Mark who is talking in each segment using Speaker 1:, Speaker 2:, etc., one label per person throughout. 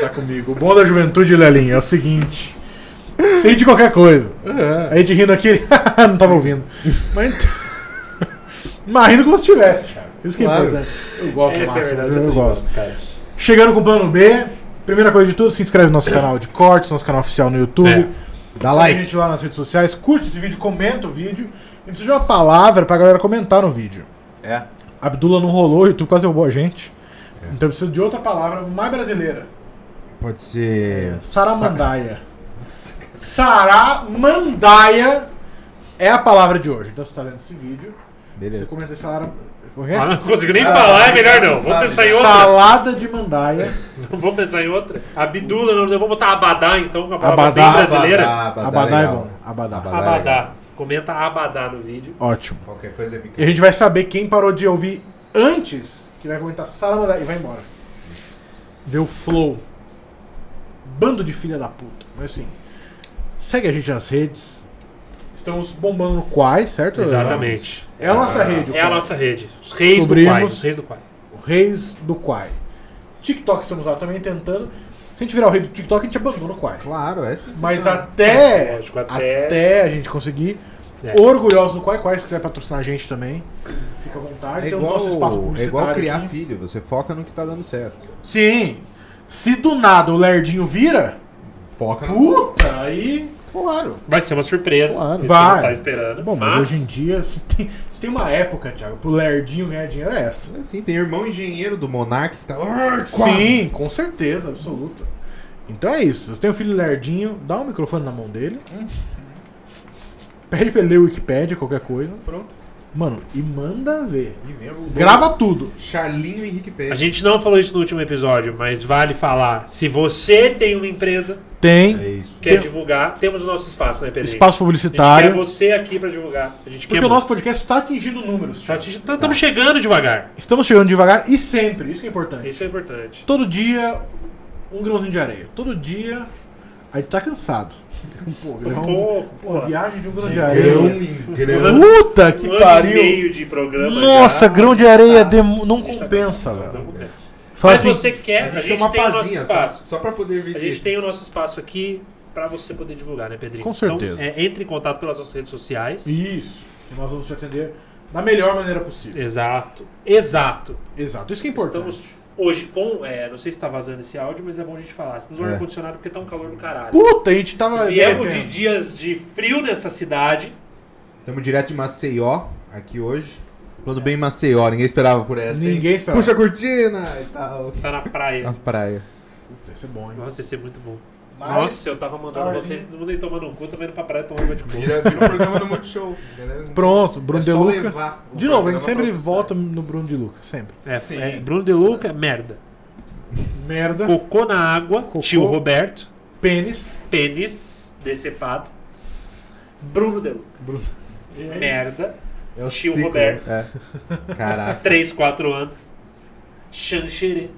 Speaker 1: Tá comigo. O bom da juventude, Lelinho, é o seguinte. Sei de qualquer coisa.
Speaker 2: É.
Speaker 1: A gente rindo aqui, ele não tava ouvindo. Mas, então- mas rindo como se tivesse, Thiago. Isso que é
Speaker 2: Claro.
Speaker 1: importante. Eu gosto,
Speaker 3: Essa é a
Speaker 1: Márcio,
Speaker 3: verdade,
Speaker 1: eu,
Speaker 3: também
Speaker 1: gosto.
Speaker 3: cara.
Speaker 1: Chegando com o plano B, primeira coisa de tudo, se inscreve no nosso canal de cortes, nosso canal oficial no YouTube.
Speaker 3: É.
Speaker 2: Dá
Speaker 1: Segue
Speaker 2: like.
Speaker 1: a gente lá nas redes sociais, curte esse vídeo, comenta o vídeo. E precisa de uma palavra pra galera comentar no vídeo.
Speaker 2: É.
Speaker 1: Abdullah não rolou, o YouTube quase derrubou a gente. Então precisa de outra palavra mais brasileira.
Speaker 2: Pode ser.
Speaker 1: Saramandaia. Saramandaia é a palavra de hoje. Então você tá vendo esse vídeo. Você
Speaker 2: Beleza.
Speaker 1: comenta esse salara... como
Speaker 3: Ah, não
Speaker 1: é?
Speaker 3: consigo nem falar, é melhor não. Vamos
Speaker 2: sabe.
Speaker 3: pensar em outra.
Speaker 1: Salada de mandaia.
Speaker 3: Vamos pensar em outra. Abdula, não, eu vou botar Abadá então, que é uma palavra
Speaker 1: Abadá,
Speaker 3: bem brasileira.
Speaker 1: Abadá, é bom. Abadá.
Speaker 2: Abadá.
Speaker 3: Abadá. Comenta Abadá no vídeo.
Speaker 1: Ótimo.
Speaker 2: Qualquer coisa é
Speaker 1: E a gente vai saber quem parou de ouvir antes, que vai comentar Saramandá e vai embora. Vê o flow. Bando de filha da puta. Mas assim, segue a gente nas redes. Estamos bombando no Quai, certo?
Speaker 3: Exatamente.
Speaker 1: É a nossa rede. o
Speaker 3: É a
Speaker 1: Quai.
Speaker 3: nossa rede. Os reis
Speaker 1: Sobrinhos.
Speaker 3: do Quai. Os reis do Quai.
Speaker 1: O Reis do Quai. TikTok estamos lá também tentando. Se a gente virar o rei do TikTok, a gente abandona o Quai.
Speaker 2: Claro, é sim.
Speaker 1: Mas até,
Speaker 3: Lógico,
Speaker 1: É, até...
Speaker 3: até-
Speaker 1: a gente conseguir.
Speaker 3: É.
Speaker 1: Orgulhosos no Quai Quai, se quiser patrocinar a gente também, fica à vontade.
Speaker 2: É
Speaker 1: Tem o nosso espaço
Speaker 2: igual, é
Speaker 1: publicitário.
Speaker 2: igual criar
Speaker 1: aqui.
Speaker 2: filho, você foca no que tá dando certo.
Speaker 1: Sim. Se do nada o Lerdinho vira,
Speaker 2: Foca
Speaker 1: puta, aí. Claro.
Speaker 3: Vai ser uma surpresa.
Speaker 2: Claro.
Speaker 3: que
Speaker 1: Vai.
Speaker 3: Você não tá esperando.
Speaker 1: Bom, mas, hoje em dia, se tem, se tem uma época, Thiago, pro Lerdinho ganhar dinheiro é essa.
Speaker 2: Assim, tem irmão engenheiro do Monark que tá. Arr, quase.
Speaker 1: Sim, com certeza, absoluta. Então é isso. Se você tem um filho Lerdinho, dá um microfone na mão dele. Pede pra ele ler o Wikipedia, qualquer coisa.
Speaker 2: Pronto.
Speaker 1: Mano, e manda ver.
Speaker 2: E vem o
Speaker 1: Grava tudo.
Speaker 2: Charlinho Henrique
Speaker 3: A
Speaker 2: Pérez.
Speaker 3: gente não falou isso no último episódio, mas vale falar. Se você tem uma empresa,
Speaker 1: Tem
Speaker 2: É isso.
Speaker 3: quer divulgar, temos o nosso espaço, né, Pedrinho?
Speaker 1: espaço
Speaker 3: A gente quer
Speaker 1: publicitário.
Speaker 3: você aqui pra divulgar. A gente
Speaker 1: Porque
Speaker 3: quer.
Speaker 1: o nosso podcast está atingindo números.
Speaker 3: Tá
Speaker 1: Thiago.
Speaker 3: Estamos chegando devagar.
Speaker 1: Estamos chegando devagar e sempre. Isso que é importante.
Speaker 3: Isso é importante.
Speaker 1: Todo dia, um grãozinho de areia. Todo dia, a gente tá cansado. Pô,
Speaker 3: Um
Speaker 1: grão,
Speaker 3: pouco,
Speaker 1: pô, viagem de um grão de,
Speaker 2: Grão
Speaker 1: areia.
Speaker 2: em grão.
Speaker 1: Puta que
Speaker 3: Um ano e
Speaker 1: pariu.
Speaker 3: meio de programa.
Speaker 1: Nossa,
Speaker 3: já.
Speaker 1: grão de areia demo- não
Speaker 3: A gente tá
Speaker 1: compensa,
Speaker 3: cansado,
Speaker 1: velho.
Speaker 3: não compensa.
Speaker 1: Fala
Speaker 3: Mas
Speaker 1: assim,
Speaker 3: você quer, a gente,
Speaker 4: é
Speaker 3: tem,
Speaker 2: uma
Speaker 3: o nosso
Speaker 2: pazinha, só,
Speaker 3: espaço.
Speaker 2: só pra poder vir
Speaker 3: A gente tem o nosso espaço aqui pra você poder divulgar, né, Pedrinho?
Speaker 1: Com certeza.
Speaker 3: Então, é, entre em contato pelas nossas redes sociais.
Speaker 1: Isso. Que nós vamos te atender da melhor maneira possível.
Speaker 3: Exato. Exato.
Speaker 1: Exato. Isso que é importante.
Speaker 3: Estamos hoje com. é, não sei se tá vazando esse áudio, mas é bom a gente falar. Estamos no
Speaker 2: É.
Speaker 3: ar-condicionado porque tá um calor do caralho.
Speaker 1: Puta, a gente tava.
Speaker 3: Viemos de
Speaker 1: derretendo.
Speaker 3: dias de frio nessa cidade.
Speaker 2: Estamos direto de Maceió aqui hoje. Plano bem Maceió, ninguém esperava por essa. hein?
Speaker 1: Ninguém esperava.
Speaker 2: Puxa a cortina e tal.
Speaker 3: Tá na
Speaker 2: Na
Speaker 3: praia.
Speaker 2: praia.
Speaker 1: Puta, isso é bom, hein?
Speaker 3: Nossa, ia ser muito bom.
Speaker 1: Mas-
Speaker 3: Nossa, eu tava mandando
Speaker 1: Tarzinho.
Speaker 3: vocês, todo mundo aí tomando um cu, também indo pra praia tomando banho de cu.
Speaker 2: Vira, vira o programa do Multishow. galera.
Speaker 1: Pronto, Bruno
Speaker 2: É
Speaker 1: De
Speaker 2: só
Speaker 1: Luca.
Speaker 2: levar o
Speaker 1: De novo, a
Speaker 2: programa
Speaker 1: gente sempre
Speaker 2: pra outra
Speaker 1: volta no Bruno de Luca. Sempre.
Speaker 3: É,
Speaker 2: Sim.
Speaker 3: é, Bruno De Luca, merda.
Speaker 1: Merda,
Speaker 3: Cocô na água,
Speaker 1: Cocô.
Speaker 3: tio Roberto,
Speaker 1: pênis.
Speaker 3: pênis decepado. Bruno De Luca,
Speaker 1: Bruno.
Speaker 3: merda.
Speaker 2: É o
Speaker 3: Tio
Speaker 2: ciclo.
Speaker 3: Roberto.
Speaker 2: É. Caraca,
Speaker 3: 3, 4 anos. Xanxerê.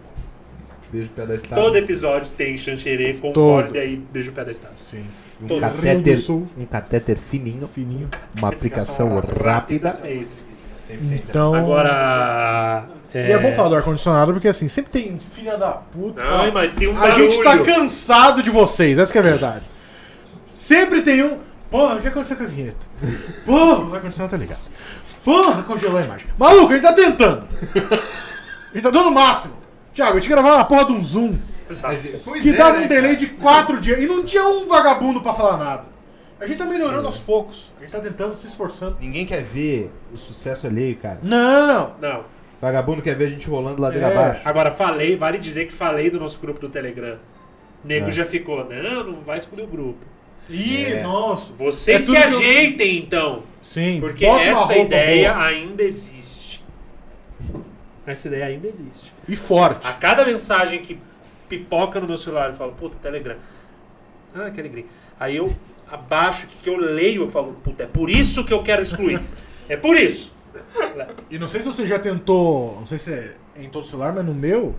Speaker 2: beijo pé da
Speaker 1: Tá.
Speaker 2: estrada.
Speaker 3: Todo episódio tem Xanxerê, concorde aí, beijo pé da estrada.
Speaker 1: Sim.
Speaker 3: Todo.
Speaker 1: Rio do Sul.
Speaker 2: um catéter fininho,
Speaker 1: Fininho.
Speaker 2: uma aplicação
Speaker 3: É isso.
Speaker 1: Então.
Speaker 3: Agora.
Speaker 1: E é bom falar do ar-condicionado, porque assim, sempre tem filha da puta.
Speaker 3: Ai, mas tem um
Speaker 1: a gente tá
Speaker 3: barulho.
Speaker 1: cansado de vocês, essa que é a verdade. Sempre tem um. Porra, o que aconteceu com a vinheta? Porra, o ar-condicionado tá ligado. Porra, congelou a imagem. Maluco, a gente tá tentando. A gente tá dando o máximo. Tiago, a gente gravava na porra de um Zoom
Speaker 3: Exato.
Speaker 2: Pois
Speaker 1: que
Speaker 2: é,
Speaker 1: dava
Speaker 2: né,
Speaker 1: um delay
Speaker 2: cara?
Speaker 1: de quatro dias e não tinha um vagabundo pra falar nada. A gente tá melhorando aos poucos. A gente tá tentando, se esforçando.
Speaker 2: Ninguém quer ver o sucesso alheio, cara.
Speaker 1: Não!
Speaker 3: Não.
Speaker 2: Vagabundo quer ver a gente rolando ladeira
Speaker 1: É.
Speaker 2: abaixo.
Speaker 3: Agora, falei, vale dizer que falei do nosso grupo do Telegram.
Speaker 1: É.
Speaker 3: Nego já ficou, não, não vai excluir o grupo.
Speaker 1: Ih,
Speaker 2: É.
Speaker 1: nossa.
Speaker 3: Vocês
Speaker 1: É
Speaker 3: se
Speaker 1: tudo que eu-
Speaker 3: ajeitem, então.
Speaker 1: Sim,
Speaker 3: Porque
Speaker 1: bota uma
Speaker 3: essa
Speaker 1: roupa
Speaker 3: ideia
Speaker 1: boa.
Speaker 3: ainda existe. Essa ideia ainda existe.
Speaker 1: E forte.
Speaker 3: A cada mensagem que pipoca no meu celular, eu falo, puta, Telegram. Ah, que alegria. Aí eu abaixo o que, que eu leio, eu falo, puta, é por isso que eu quero excluir. é por isso.
Speaker 1: E não sei se você já tentou, não sei se é em todo celular, mas no meu,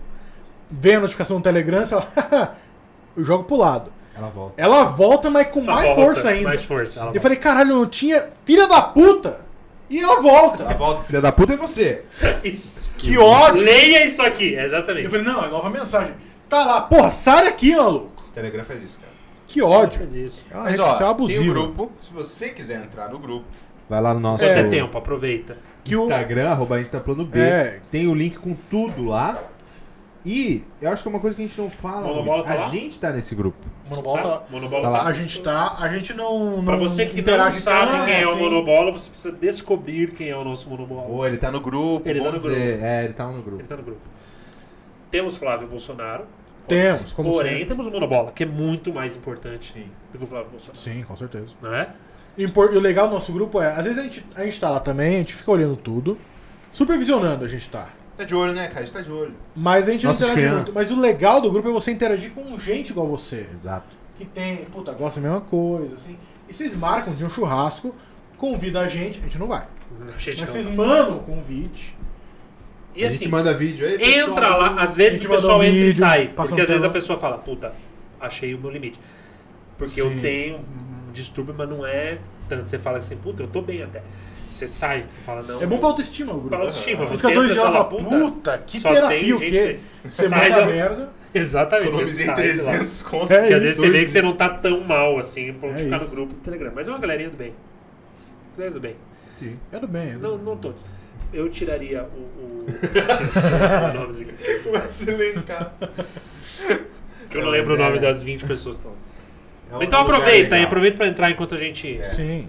Speaker 1: vem a notificação no Telegram, você fala, eu jogo pro lado.
Speaker 2: Ela volta.
Speaker 1: Ela volta, mas com
Speaker 3: Ela
Speaker 1: mais
Speaker 3: volta,
Speaker 1: força ainda.
Speaker 3: tá Mais força. ela
Speaker 1: Eu
Speaker 3: volta.
Speaker 1: falei, caralho, eu não tinha. Filha da puta! E ela volta.
Speaker 2: Ela volta, filha da puta, é você.
Speaker 3: Isso.
Speaker 1: Que ódio!
Speaker 3: Leia isso aqui, exatamente.
Speaker 1: Eu falei, não, é nova mensagem. Tá lá, porra, sai aqui, maluco.
Speaker 4: Telegram faz isso, cara.
Speaker 1: Que ódio.
Speaker 3: Faz isso.
Speaker 1: É uma
Speaker 4: Mas
Speaker 1: rede
Speaker 4: ó,
Speaker 1: social
Speaker 4: tem um
Speaker 1: abusiva.
Speaker 4: grupo. Se você quiser entrar no grupo,
Speaker 2: Vai lá no nosso
Speaker 3: Você
Speaker 1: É.
Speaker 3: tem tempo, aproveita.
Speaker 1: que o-
Speaker 2: Instagram, arroba Instaplano B.
Speaker 1: É.
Speaker 2: Tem o link com tudo lá. E eu acho que é uma coisa que a gente não fala.
Speaker 3: Bola,
Speaker 2: muito.
Speaker 3: bola, tá
Speaker 2: a
Speaker 3: lá?
Speaker 2: gente tá nesse grupo.
Speaker 3: Tá?
Speaker 1: Monobol tá.
Speaker 3: Monobolo
Speaker 2: Tá lá.
Speaker 1: A gente tá. A gente não. não
Speaker 3: Pra você que não
Speaker 1: interage
Speaker 3: sabe
Speaker 1: tanto,
Speaker 3: quem é o
Speaker 1: assim.
Speaker 3: monobolo, você precisa descobrir quem é o nosso monobolo.
Speaker 4: ou ele tá no grupo.
Speaker 3: Ele tá
Speaker 4: vamos
Speaker 3: no
Speaker 4: dizer,
Speaker 2: Você- é, ele tá no grupo.
Speaker 3: Ele tá no grupo. Temos Flávio Bolsonaro.
Speaker 1: Temos, como
Speaker 3: Porém,
Speaker 1: sempre.
Speaker 3: temos o Monobola, que é muito mais importante
Speaker 4: Sim.
Speaker 3: do que o Flávio Bolsonaro.
Speaker 1: Sim, com certeza.
Speaker 3: Não é?
Speaker 1: E impor- e o legal do nosso grupo é, às vezes a gente, a gente tá lá também, a gente fica olhando tudo. Supervisionando a gente tá.
Speaker 4: Tá de olho, né, cara? A gente tá de olho.
Speaker 1: Mas a gente
Speaker 2: Nossas
Speaker 1: não interage
Speaker 2: crianças.
Speaker 1: muito. Mas o legal do grupo é você interagir com gente igual você.
Speaker 2: Exato.
Speaker 1: que tem, puta, gosta da mesma coisa, assim. E vocês marcam de um churrasco, convida a gente, a gente não vai.
Speaker 3: A
Speaker 1: Mas
Speaker 3: gente não-
Speaker 1: vocês mandam o convite.
Speaker 3: E
Speaker 2: a
Speaker 3: assim,
Speaker 2: gente manda vídeo aí. pessoal.
Speaker 3: entra lá, às
Speaker 1: A
Speaker 3: vezes
Speaker 1: gente
Speaker 3: o
Speaker 1: manda
Speaker 3: pessoal
Speaker 1: um
Speaker 3: entra e
Speaker 1: vídeo,
Speaker 3: sai.
Speaker 1: passa
Speaker 3: Porque
Speaker 1: um
Speaker 3: às vezes a
Speaker 1: telão.
Speaker 3: pessoa fala, puta, achei o meu limite.
Speaker 1: Sim.
Speaker 3: Porque eu tenho um distúrbio, mas não é tanto. Você fala assim, puta, eu tô bem até. Você sai, você fala, não.
Speaker 1: É bom pra autoestima o grupo.
Speaker 3: Pra autoestima,
Speaker 1: Você
Speaker 3: você
Speaker 1: fica dois
Speaker 3: entra
Speaker 1: dias lá e
Speaker 3: e
Speaker 1: fala,
Speaker 3: fala,
Speaker 1: puta, que
Speaker 3: só tem
Speaker 1: terapia o
Speaker 3: gente
Speaker 1: quê?
Speaker 3: que
Speaker 1: Você
Speaker 3: sai
Speaker 1: manda
Speaker 3: da-
Speaker 1: merda.
Speaker 3: Exatamente. você
Speaker 4: Economizei
Speaker 3: sai de tá, lá.
Speaker 4: 300 conto.
Speaker 1: É
Speaker 3: Porque às
Speaker 1: isso,
Speaker 3: vezes você vê
Speaker 1: hoje.
Speaker 3: que você não tá tão mal assim por
Speaker 1: É
Speaker 3: ficar
Speaker 1: isso.
Speaker 3: no grupo do Telegram. Mas é uma galerinha do bem. Galerinha do bem.
Speaker 2: Sim.
Speaker 1: Era É bem, era
Speaker 3: Não,
Speaker 1: bem.
Speaker 3: não todos. Eu tiraria o. o... o nome desse aqui.
Speaker 4: Começa a elencar.
Speaker 3: que eu não
Speaker 4: É,
Speaker 3: lembro o
Speaker 4: mas
Speaker 3: nome
Speaker 4: é.
Speaker 3: das 20 pessoas que estão.
Speaker 4: É um
Speaker 3: Então
Speaker 4: lugar
Speaker 3: aproveita aí,
Speaker 4: legal.
Speaker 3: aproveita pra entrar enquanto a gente
Speaker 1: Sim.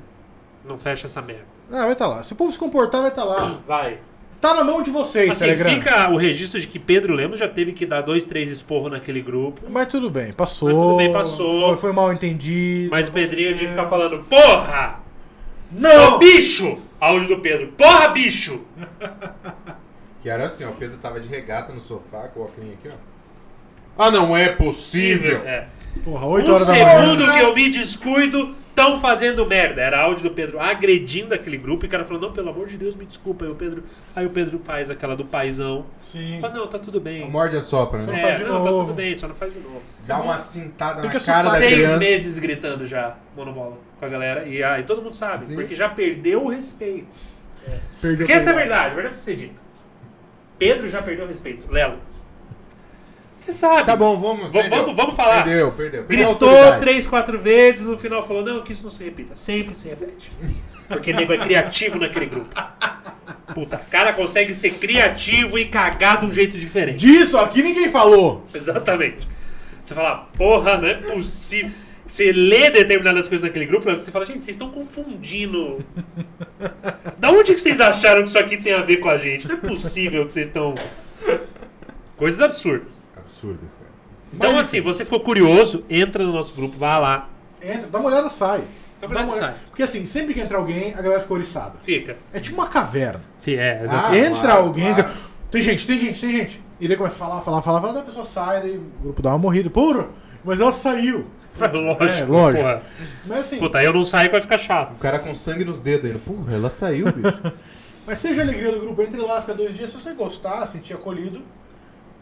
Speaker 3: não fecha essa merda.
Speaker 1: Ah, vai tá lá. Se o povo se comportar, vai tá lá.
Speaker 3: Vai.
Speaker 1: Tá na mão de vocês,
Speaker 3: Assim,
Speaker 1: Telegram.
Speaker 3: fica o registro de que Pedro Lemos já teve que dar dois, três esporros naquele grupo.
Speaker 1: Mas tudo bem, passou.
Speaker 3: Mas tudo bem, passou.
Speaker 1: Foi, foi mal entendido.
Speaker 3: Mas o Pedrinho tá- de
Speaker 1: aconteceu.
Speaker 3: ficar falando, porra! Ô
Speaker 1: Não!
Speaker 3: bicho! Áudio do Pedro, porra, bicho!
Speaker 2: Que era assim, ó. O Pedro tava de regata no sofá com o óculos aqui, ó. Ah, não é possível!
Speaker 3: É.
Speaker 1: Porra,
Speaker 3: Um
Speaker 1: 8 horas da manhã.
Speaker 3: segundo que eu me descuido, tão fazendo merda. Era áudio do Pedro agredindo aquele grupo e o cara falando, não, pelo amor de Deus, me desculpa. Aí o Pedro, aí o Pedro faz aquela do paizão.
Speaker 1: Sim.
Speaker 3: Mas não, tá tudo bem.
Speaker 2: Morde a sopra,
Speaker 1: Só
Speaker 2: né?
Speaker 1: não faz
Speaker 3: É,
Speaker 1: de
Speaker 3: não, tá
Speaker 1: novo.
Speaker 3: tudo bem, só não faz de novo.
Speaker 2: Dá uma cintada
Speaker 1: Fica
Speaker 2: na cara da
Speaker 3: seis
Speaker 2: criança.
Speaker 3: meses gritando já, monobola, com a galera. E aí todo mundo sabe,
Speaker 2: Sim.
Speaker 3: porque já perdeu o respeito.
Speaker 1: Perdeu
Speaker 3: Porque essa é
Speaker 1: tudo.
Speaker 3: a verdade, a verdade precisa ser dita. Pedro já perdeu o respeito. Lelo. Você sabe.
Speaker 2: Tá bom, vamos.
Speaker 3: Vamos-
Speaker 2: perdeu.
Speaker 3: vamos- vamos falar.
Speaker 2: Perdeu, perdeu. perdeu a
Speaker 3: Gritou
Speaker 2: autoridade.
Speaker 3: três, quatro vezes, no final falou, não, que isso não se repita. Sempre se repete. Porque nego é criativo naquele grupo. Puta, cara consegue ser criativo e cagar de um jeito diferente.
Speaker 1: Disso aqui ninguém falou.
Speaker 3: Exatamente. Você fala, porra, não é possível. Você lê determinadas coisas naquele grupo, né, você fala, gente, vocês estão confundindo. da onde que vocês acharam que isso aqui tem a ver com a gente? Não é possível que vocês estão. Coisas absurdas.
Speaker 2: Absurdo, cara.
Speaker 3: Então,
Speaker 1: Mas,
Speaker 3: assim, você ficou curioso, entra no nosso grupo, vá lá.
Speaker 1: Entra, dá uma olhada, sai.
Speaker 3: Dá Então, uma olhada, sai.
Speaker 1: Porque assim, sempre que entra alguém, a galera fica oriçada.
Speaker 3: Fica.
Speaker 1: É tipo uma caverna.
Speaker 3: Fi- É, exato.
Speaker 2: Ah,
Speaker 1: entra
Speaker 2: claro,
Speaker 1: alguém.
Speaker 2: claro.
Speaker 1: Tem gente, tem gente, tem gente. E daí começa a falar, falar, falar, falar, daí a pessoa sai, daí o grupo dá uma morrida. Puro! Mas ela saiu.
Speaker 3: lógico,
Speaker 1: É, lógico.
Speaker 3: porra.
Speaker 1: Mas assim,
Speaker 3: Puta, aí eu não saio que vai ficar chato.
Speaker 2: O cara com sangue nos dedos ainda. Porra, ela saiu, bicho.
Speaker 1: mas seja a alegria do grupo, entre lá, fica dois dias. Se você gostar, sentir acolhido.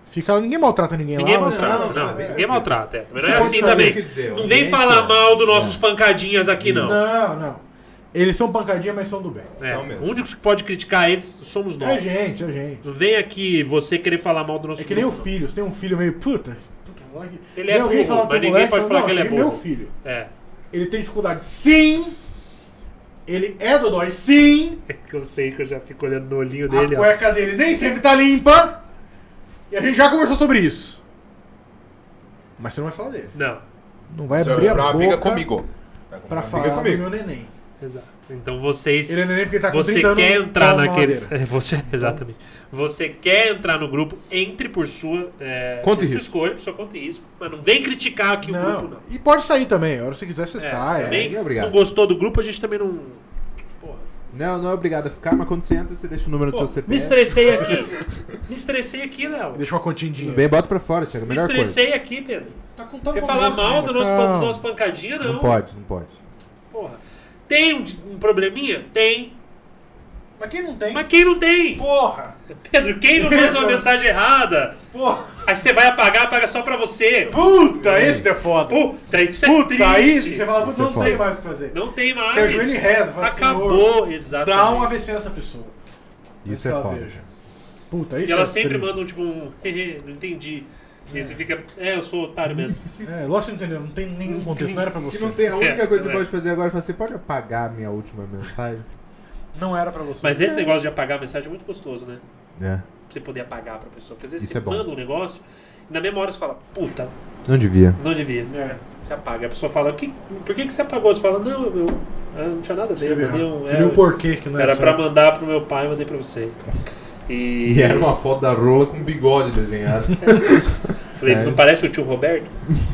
Speaker 1: Fica lá, ninguém maltrata ninguém,
Speaker 3: Ninguém
Speaker 1: lá. mas-
Speaker 3: maltrata,
Speaker 2: não,
Speaker 3: não,
Speaker 2: não,
Speaker 3: ninguém
Speaker 2: é.
Speaker 3: maltrata. É. Também não
Speaker 2: Você
Speaker 3: é
Speaker 2: pode
Speaker 3: assim
Speaker 2: saber o
Speaker 3: também.
Speaker 2: que dizer,
Speaker 3: Não vem
Speaker 2: audiência.
Speaker 3: falar mal dos nossos
Speaker 2: É.
Speaker 3: pancadinhas aqui,
Speaker 1: não, não. Eles são pancadinha, mas são do bem.
Speaker 3: É,
Speaker 2: São
Speaker 3: o
Speaker 2: mesmo.
Speaker 3: único que pode criticar eles somos
Speaker 1: É
Speaker 3: nós.
Speaker 1: gente, é gente.
Speaker 3: Não vem aqui você querer falar mal do nosso
Speaker 1: É que nem o
Speaker 3: grupo,
Speaker 1: filho, você tem um filho meio. Puta, puta moleque.
Speaker 3: Ele é
Speaker 1: Vem alguém
Speaker 3: burro,
Speaker 1: falar do
Speaker 3: mas ninguém
Speaker 1: moleque, fala,
Speaker 3: pode falar
Speaker 1: "Não,
Speaker 3: que ele é
Speaker 1: esse meu
Speaker 3: burro."
Speaker 1: filho.
Speaker 3: não. É,
Speaker 1: Ele tem dificuldade, sim. Ele é dodói, sim.
Speaker 3: é que eu sei que eu já fico olhando no olhinho
Speaker 1: A
Speaker 3: dele. ó.
Speaker 1: cueca dele nem sempre tá limpa. E a gente já conversou sobre isso. Mas você não vai falar dele.
Speaker 3: Não,
Speaker 1: Não vai
Speaker 4: Você
Speaker 1: abrir a
Speaker 4: vai comprar
Speaker 1: boca
Speaker 4: uma briga comigo. Vai comprar
Speaker 1: pra
Speaker 4: uma
Speaker 1: falar
Speaker 4: briga
Speaker 2: né?
Speaker 1: do
Speaker 4: comigo.
Speaker 1: meu neném.
Speaker 3: exato. Então vocês.
Speaker 1: Ele é neném porque ele tá com
Speaker 3: você
Speaker 1: 30 anos.
Speaker 3: quer entrar
Speaker 1: tá na
Speaker 3: naquele.
Speaker 1: mamadeira.
Speaker 3: É, você, exatamente. Você quer entrar no grupo, entre por sua. É,
Speaker 2: Conta
Speaker 3: por
Speaker 2: e risco.
Speaker 3: sua escolha, por sua conta e risco. Mas não vem criticar aqui o grupo,
Speaker 1: Não.
Speaker 3: não.
Speaker 1: E pode sair também. A hora que você quiser, você
Speaker 3: É,
Speaker 1: sai. né?
Speaker 3: também,
Speaker 2: ninguém é obrigado.
Speaker 3: não gostou do grupo, a gente também não. Porra.
Speaker 2: Não, não é obrigado a ficar, mas quando você entra, você deixa o número do
Speaker 3: Pô,
Speaker 2: teu CPF.
Speaker 3: me estressei aqui. me estressei aqui, Léo.
Speaker 1: Deixa uma continha de
Speaker 2: Tudo
Speaker 1: dinheiro.
Speaker 2: bem, bota pra fora, Thiago.
Speaker 3: Me
Speaker 2: Melhor coisa.
Speaker 3: estressei aqui, Pedro.
Speaker 1: Tá contando
Speaker 3: Quer
Speaker 1: com
Speaker 3: falar
Speaker 1: isso,
Speaker 3: mal
Speaker 1: né?
Speaker 3: do nosso,
Speaker 1: Não.
Speaker 3: dos nossos pancadinha, não.
Speaker 2: Não pode, não pode.
Speaker 3: Porra. Tem um, um probleminha? Tem.
Speaker 1: Mas quem não tem?
Speaker 3: Mas quem não tem?
Speaker 1: Porra!
Speaker 3: Pedro, quem não manda uma mensagem errada?
Speaker 1: Porra!
Speaker 3: Aí você vai apagar, apaga só pra você.
Speaker 1: Puta, esse é foda.
Speaker 3: Puta, isso é triste.
Speaker 1: Puta, aí você fala, puta,
Speaker 2: Você
Speaker 1: não
Speaker 2: fala.
Speaker 1: sei mais o que fazer.
Speaker 3: Não tem mais.
Speaker 1: Você ajoelha e reza, fala, assim,
Speaker 3: Acabou, exatamente.
Speaker 1: Dá um AVC nessa pessoa.
Speaker 2: Isso
Speaker 1: que
Speaker 2: é
Speaker 1: ela
Speaker 2: foda.
Speaker 1: veja. Puta,
Speaker 3: E
Speaker 1: isso é
Speaker 3: elas sempre
Speaker 1: triste.
Speaker 3: mandam, tipo, um... "Hehe, um, não entendi. E você fica, é, eu sou otário mesmo.
Speaker 1: É, lógico que entendeu, não tem nenhum contexto, não era pra você.
Speaker 2: Que não tem, a única
Speaker 3: É,
Speaker 2: coisa que
Speaker 3: é.
Speaker 2: você pode fazer agora é falar, você pode apagar a minha última mensagem?
Speaker 1: Não era pra você.
Speaker 3: Mas esse negócio de apagar a mensagem é muito gostoso, né?
Speaker 2: É.
Speaker 3: Você poder apagar pra pessoa. Porque às vezes
Speaker 2: Isso
Speaker 3: você
Speaker 2: é bom.
Speaker 3: manda um negócio e na mesma hora você fala, puta,
Speaker 2: Não devia.
Speaker 3: não devia.
Speaker 1: É,
Speaker 3: Você apaga. A pessoa fala, que, por que, que você apagou? Você fala, não, eu, eu- eu não tinha nada a ver.
Speaker 1: escreveu
Speaker 3: eu mandei
Speaker 1: errado.
Speaker 3: um-
Speaker 1: Seria
Speaker 3: é,
Speaker 1: o porquê que não era
Speaker 3: Era pra
Speaker 1: certo.
Speaker 3: mandar pro meu pai, eu mandei pra você.
Speaker 1: é,
Speaker 3: E,
Speaker 2: E era uma foto da rola com bigode desenhado.
Speaker 3: Falei,
Speaker 1: é.
Speaker 3: não parece o tio Roberto?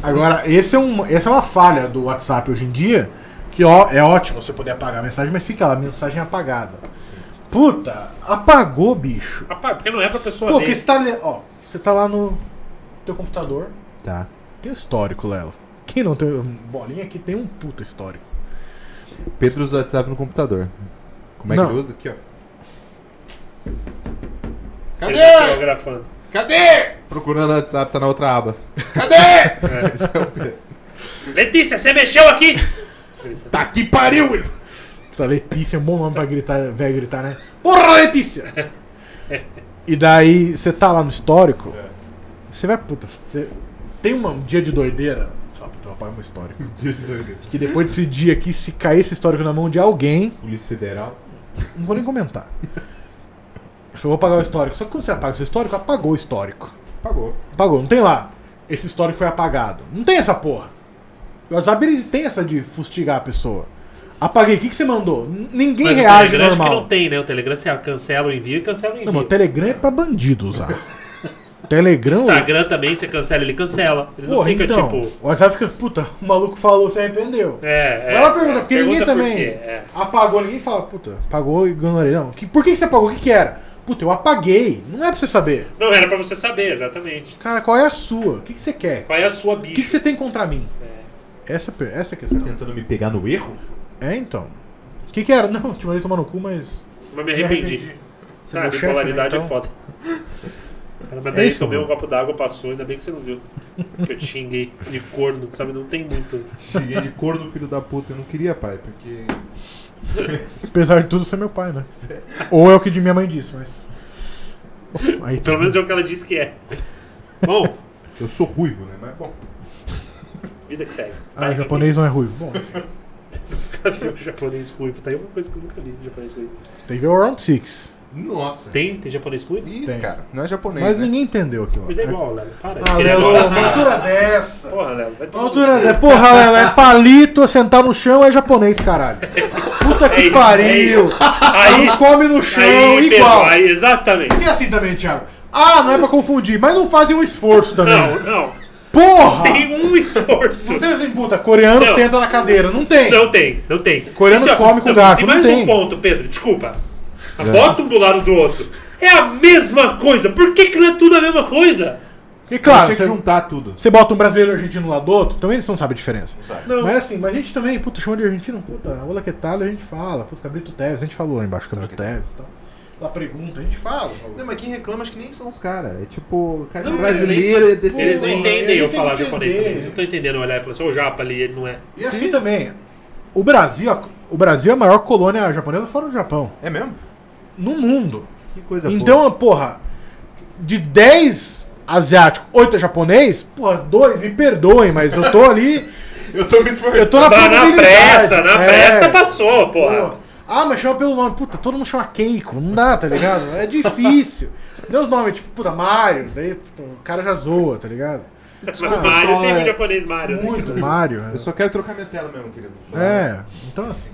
Speaker 1: Agora, esse é um, essa é uma falha do WhatsApp hoje em dia, que ó, é ótimo você poder apagar a mensagem, mas fica lá, mensagem apagada. Puta, apagou, bicho.
Speaker 3: Rapaz, porque não é pra pessoa
Speaker 1: Pô,
Speaker 3: ver.
Speaker 1: porque você tá, le- ó, você tá lá no teu computador,
Speaker 2: tá.
Speaker 1: tem um histórico, Léo. Quem não tem bolinha aqui tem um puta histórico.
Speaker 2: Pedro usa WhatsApp no computador. Como é
Speaker 1: Não.
Speaker 2: que ele usa? Aqui, ó.
Speaker 3: Ele
Speaker 2: Cadê?
Speaker 3: fotografando.
Speaker 2: Cadê? Procurando o WhatsApp, tá na outra aba.
Speaker 4: Cadê?
Speaker 3: Letícia, você mexeu aqui!
Speaker 2: Tá que pariu! Will!
Speaker 1: Puta, Letícia é um bom nome pra gritar, velho gritar, né? Porra, Letícia! e daí, você tá lá no histórico, você vai, puta, você tem uma- um dia de doideira, você fala, puta, eu vou apagar meu histórico.
Speaker 2: Dia de doideira.
Speaker 1: Que depois desse dia aqui, se cair esse histórico na mão de alguém,
Speaker 2: Polícia Federal.
Speaker 1: não vou nem comentar. Eu vou apagar o histórico. Só que quando você apaga o seu histórico, apagou o histórico.
Speaker 2: Pagou.
Speaker 1: Apagou, não tem lá. Esse histórico foi apagado. Não tem essa porra. O WhatsApp ele tem essa de fustigar a pessoa. Apaguei, o que, que você mandou? N- Ninguém
Speaker 3: Mas o
Speaker 1: reage
Speaker 3: Telegram acho que
Speaker 1: normal.
Speaker 3: não tem, né? O Telegram você cancela o envio e cancela o envio.
Speaker 1: Não, mas o Telegram é pra bandido usar. Telegram.
Speaker 3: Instagram também você cancela, ele cancela. Ele não
Speaker 1: Porra,
Speaker 3: fica
Speaker 1: então.
Speaker 3: tipo.
Speaker 1: O WhatsApp fica, puta, o maluco falou, se arrependeu.
Speaker 3: É, é,
Speaker 1: Ela pergunta,
Speaker 3: é,
Speaker 1: porque ninguém
Speaker 3: pergunta por
Speaker 1: também
Speaker 3: quê, é.
Speaker 1: apagou, ninguém fala, puta, apagou e ignorei. Não, que, por que que você apagou? O que, que era? Puta, eu apaguei. Não é pra você saber.
Speaker 3: Não, era pra você saber, exatamente.
Speaker 1: Cara, qual é a sua? O que, que você quer?
Speaker 3: Qual é a sua
Speaker 1: O que, que
Speaker 3: bicha?
Speaker 1: você tem contra mim?
Speaker 3: É.
Speaker 1: Essa, pe- essa é a questão.
Speaker 2: Tá
Speaker 4: Tentando me pegar no erro?
Speaker 1: É, então. O que, que era? Não, te mandei tomar no cu, mas.
Speaker 3: Mas me
Speaker 1: me
Speaker 3: arrependi.
Speaker 1: Você é
Speaker 3: Ah,
Speaker 1: meu
Speaker 3: a
Speaker 1: chefe, né,
Speaker 3: bipolaridade
Speaker 1: então.
Speaker 3: é foda. Cara, mas
Speaker 1: É
Speaker 3: daí
Speaker 1: isso,
Speaker 3: tomei um
Speaker 1: mano.
Speaker 3: copo d'água, passou, ainda bem que você não viu. Que eu te xinguei de corno, sabe? Não tem muito.
Speaker 2: Cheguei de cor do filho da puta, eu não queria, pai, porque.
Speaker 1: Apesar de tudo, você é meu pai, né? Ou é o que de minha mãe disse, mas. Aí
Speaker 3: Pelo menos é o que ela disse que é. Bom,
Speaker 2: Eu sou ruivo, né? Mas bom.
Speaker 3: vida que segue.
Speaker 1: Ah, japonês não é ruivo. Bom, enfim.
Speaker 3: Nunca vi um japonês ruivo. Tá aí uma coisa que eu nunca vi, japonês ruivo.
Speaker 1: Teve o Round six
Speaker 2: Nossa.
Speaker 3: Tem? Tem japonês ruivo?
Speaker 2: Ih,
Speaker 1: Tem.
Speaker 2: cara, não é japonês.
Speaker 1: Mas
Speaker 2: né?
Speaker 1: ninguém entendeu aquilo.
Speaker 3: Mas é igual, Léo. Para.
Speaker 1: Ah,
Speaker 3: Ele é
Speaker 1: Lelo,
Speaker 3: igual.
Speaker 1: uma altura dessa.
Speaker 3: Porra, Léo. Vai ter
Speaker 1: Uma É altura dessa. Porra, Lelo, é palito, sentar no chão é japonês, caralho. Puta que
Speaker 3: É isso, é
Speaker 1: pariu.
Speaker 3: isso. Aí,
Speaker 1: Não come no chão
Speaker 3: aí, pessoal,
Speaker 1: igual.
Speaker 3: aí, exatamente.
Speaker 1: E assim também, Thiago. Ah, não é pra confundir, mas não fazem um esforço também.
Speaker 3: Não, não.
Speaker 1: Porra!
Speaker 3: Tem um esforço.
Speaker 1: Não tem assim, puta, coreano
Speaker 3: Não.
Speaker 1: senta na cadeira. Não tem.
Speaker 3: Não tem, não tem.
Speaker 1: Coreano
Speaker 3: Isso, ó,
Speaker 1: come com
Speaker 3: não,
Speaker 1: garfo,
Speaker 3: Tem
Speaker 1: não
Speaker 3: mais
Speaker 1: tem. É.
Speaker 3: um ponto, Pedro, desculpa. Bota um do lado do outro. É a mesma coisa. Por que, que não é tudo a mesma coisa?
Speaker 1: E claro,
Speaker 2: Tinha que
Speaker 1: você,
Speaker 2: juntar tudo.
Speaker 1: você bota um brasileiro e um argentino lá do outro, também eles não sabem a diferença.
Speaker 3: Não.
Speaker 1: Mas assim, mas a gente também, puta, chama de argentino, puta, olá que tal, a gente fala, puta, Cabrito Teves, a gente falou lá embaixo, Cabrito
Speaker 2: é?
Speaker 1: Teves e tal. Lá pergunta, a gente fala.
Speaker 4: Não, mas quem reclama acho que nem são
Speaker 2: Os caras, é tipo. Cara,
Speaker 1: Não,
Speaker 2: brasileiro é desse.
Speaker 3: Eles não
Speaker 1: Pô,
Speaker 3: entendem
Speaker 1: ele
Speaker 3: eu
Speaker 1: tem
Speaker 3: falar
Speaker 1: que
Speaker 3: japonês também. Eles
Speaker 1: entender.
Speaker 3: não estão entendendo olhar e falar assim, ô japa ali, ele não é.
Speaker 1: E assim também, o Brasil, a- o Brasil é a maior colônia japonesa fora do Japão.
Speaker 4: É mesmo?
Speaker 1: No mundo.
Speaker 2: Que coisa boa.
Speaker 1: Então, porra, de 10 asiáticos, 8 é japonês, porra, 2, me perdoem, mas eu tô ali.
Speaker 4: Eu tô me esforçando.
Speaker 1: Eu tô na
Speaker 3: Mas na
Speaker 1: probabilidade.
Speaker 3: pressa, na
Speaker 1: É.
Speaker 3: pressa passou,
Speaker 1: Pô,
Speaker 3: porra.
Speaker 1: Ah, mas chama pelo nome. Puta, todo mundo chama Keiko. Não dá, tá ligado? É difícil. Deu os nomes, tipo, puta, Mario. Daí puta, o cara já zoa, tá ligado?
Speaker 3: Mas
Speaker 1: Ah,
Speaker 3: Mario
Speaker 2: pessoal,
Speaker 3: teve
Speaker 2: é
Speaker 3: o japonês Mario. né?
Speaker 1: Muito Mario. né?
Speaker 2: Eu só quero trocar minha tela mesmo, querido.
Speaker 1: É, então assim.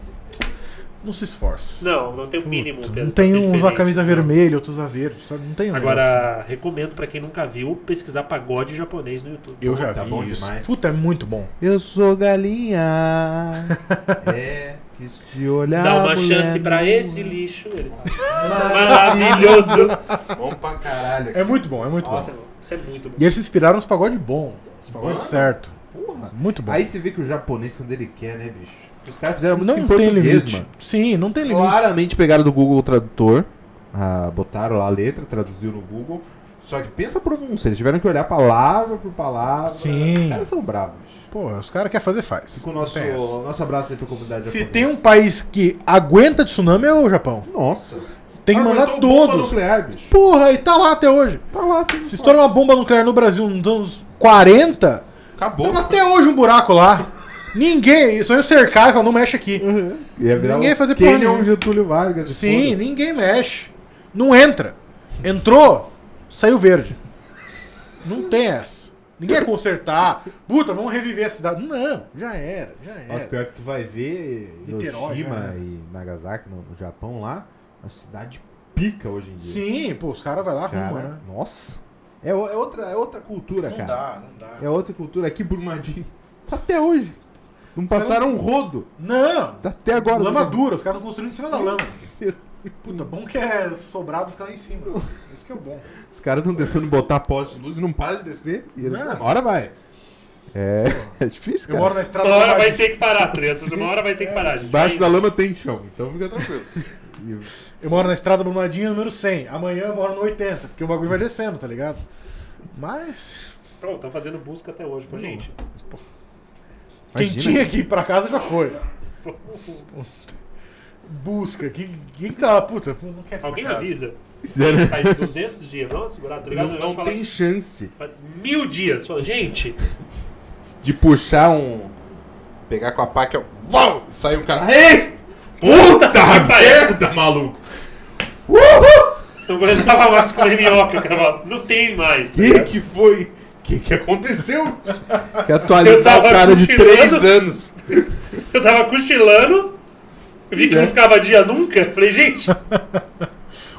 Speaker 1: Não se esforce.
Speaker 3: Não, não tem o mínimo, Pedro.
Speaker 1: Não tem
Speaker 3: pra ser
Speaker 1: um usar
Speaker 3: diferente. né?
Speaker 1: camisa vermelha, outro usar verde, sabe? Não tem um negócio.
Speaker 3: Agora, recomendo pra quem nunca viu pesquisar pagode japonês no YouTube.
Speaker 1: Eu já
Speaker 2: Puta, tá
Speaker 1: vi
Speaker 2: bom
Speaker 1: isso.
Speaker 2: demais.
Speaker 1: Puta, é muito bom.
Speaker 2: Eu sou galinha.
Speaker 4: É, que isso.
Speaker 2: De olhar.
Speaker 3: Dá uma chance
Speaker 4: né?
Speaker 3: pra esse lixo. ele disse. Maravilhoso.
Speaker 4: Bom pra caralho.
Speaker 1: É muito bom, é muito bom.
Speaker 4: Nossa.
Speaker 3: Isso é muito bom.
Speaker 1: E eles se inspiraram nos pagodes bons. Os
Speaker 4: Mano.
Speaker 1: pagodes certo.
Speaker 2: Porra.
Speaker 1: Muito bom.
Speaker 2: Aí você vê que o japonês, quando ele quer, né, bicho? Os caras fizeram música
Speaker 1: não
Speaker 2: em
Speaker 1: tem
Speaker 2: português,
Speaker 1: limite.
Speaker 2: mano.
Speaker 1: Sim, não tem limite.
Speaker 2: Claramente pegaram do Google Tradutor, ah, botaram lá a letra, traduziu no Google. Só que pensa a pronúncia, eles tiveram que olhar palavra por palavra.
Speaker 1: Sim.
Speaker 2: Os caras são bravos. bicho.
Speaker 1: Pô, os caras querem fazer, faz.
Speaker 2: Fica o nosso,
Speaker 1: Não tem essa.
Speaker 2: nosso abraço aí pra comunidade
Speaker 1: Se um
Speaker 2: japonesa.
Speaker 1: tem um país que aguenta tsunami é o Japão.
Speaker 2: Nossa.
Speaker 1: Tem que
Speaker 4: Cara,
Speaker 1: mandar
Speaker 4: aguentou bomba
Speaker 1: todos.
Speaker 4: nuclear, bicho.
Speaker 1: Porra, e tá lá até hoje.
Speaker 4: Tá lá, filho.
Speaker 1: Se estoura uma bomba nuclear no Brasil nos anos 40,
Speaker 4: Acabou.
Speaker 1: tava até hoje um buraco lá. Ninguém, só eu cercar e falar, não mexe aqui.
Speaker 4: Uhum. Ia
Speaker 1: Ninguém
Speaker 4: virar Ninguém
Speaker 1: ia fazer
Speaker 4: fazer
Speaker 1: porra
Speaker 4: Kenyon
Speaker 1: nenhuma.
Speaker 4: Getúlio Vargas. e
Speaker 1: Sim,
Speaker 4: foda-se.
Speaker 1: ninguém mexe. Não entra. Entrou, saiu verde. Não tem essa. Ninguém ia consertar. Puta, vamos reviver a cidade. Não, já era, já era.
Speaker 4: Mas pior que tu vai ver
Speaker 1: Niterói, já,
Speaker 4: Hiroshima
Speaker 1: né?
Speaker 4: e Nagasaki, no, no Japão lá, a cidade pica hoje em dia.
Speaker 1: Sim, pô, os caras vai lá,
Speaker 4: Cara,
Speaker 1: arruma, né?
Speaker 4: Nossa. É, o- é outra, é outra cultura,
Speaker 1: Não
Speaker 4: cara.
Speaker 1: dá, não dá.
Speaker 4: É outra cultura. Aqui, Brumadinho. Tá até hoje. Não passaram um rodo.
Speaker 1: Não!
Speaker 4: Tá até agora.
Speaker 1: lama dura, os caras estão construindo em cima da lama.
Speaker 4: Os
Speaker 1: Puta, bom que é sobrado ficar lá em cima. Isso que é o bom.
Speaker 4: caras estão tentando botar poste de luz e não para de descer. E eles,
Speaker 1: Não.
Speaker 4: uma hora vai. É, é difícil,
Speaker 1: Eu
Speaker 4: cara.
Speaker 1: moro na estrada
Speaker 3: Uma hora
Speaker 1: do
Speaker 3: vai
Speaker 1: Bagé.
Speaker 3: ter que parar, crianças. Uma hora vai ter que parar, gente.
Speaker 4: Embaixo da
Speaker 3: Vai-
Speaker 4: lama tem chão, então fica tranquilo. E-
Speaker 1: Eu moro na estrada Brumadinho número 100. Amanhã eu moro no 80, porque o bagulho vai descendo, tá ligado? Mas.
Speaker 3: Pronto, estão fazendo busca até hoje. Falei, gente,
Speaker 1: Quem
Speaker 4: Imagina.
Speaker 1: tinha que ir pra casa já foi. Busca. Quem, quem que tá lá? Puta, não quer ir pra
Speaker 3: alguém
Speaker 1: casa.
Speaker 3: avisa.
Speaker 4: Fizeram-
Speaker 3: Faz 200 dias, vamos segurar, tá ligado?
Speaker 4: Não,
Speaker 3: Vamos
Speaker 4: não
Speaker 3: falar-
Speaker 4: tem chance
Speaker 3: faz mil dias. Fala, gente,
Speaker 4: de puxar um.
Speaker 5: Pegar com a
Speaker 4: é
Speaker 5: pá que eu. Uau! Sai um cara. Ei!
Speaker 3: Puta que pariu!
Speaker 5: merda, maluco!
Speaker 3: não aguentava mais comer minhoca, cara. Fala, Não tem mais. tá
Speaker 5: Que
Speaker 3: ligado?
Speaker 5: que foi? Que que aconteceu?
Speaker 4: Que atualizar o
Speaker 3: tava
Speaker 4: cara de
Speaker 3: cochilando.
Speaker 4: três.
Speaker 5: Três anos.
Speaker 3: Eu tava cochilando, vi
Speaker 1: É.
Speaker 3: que não ficava dia nunca. Falei, gente,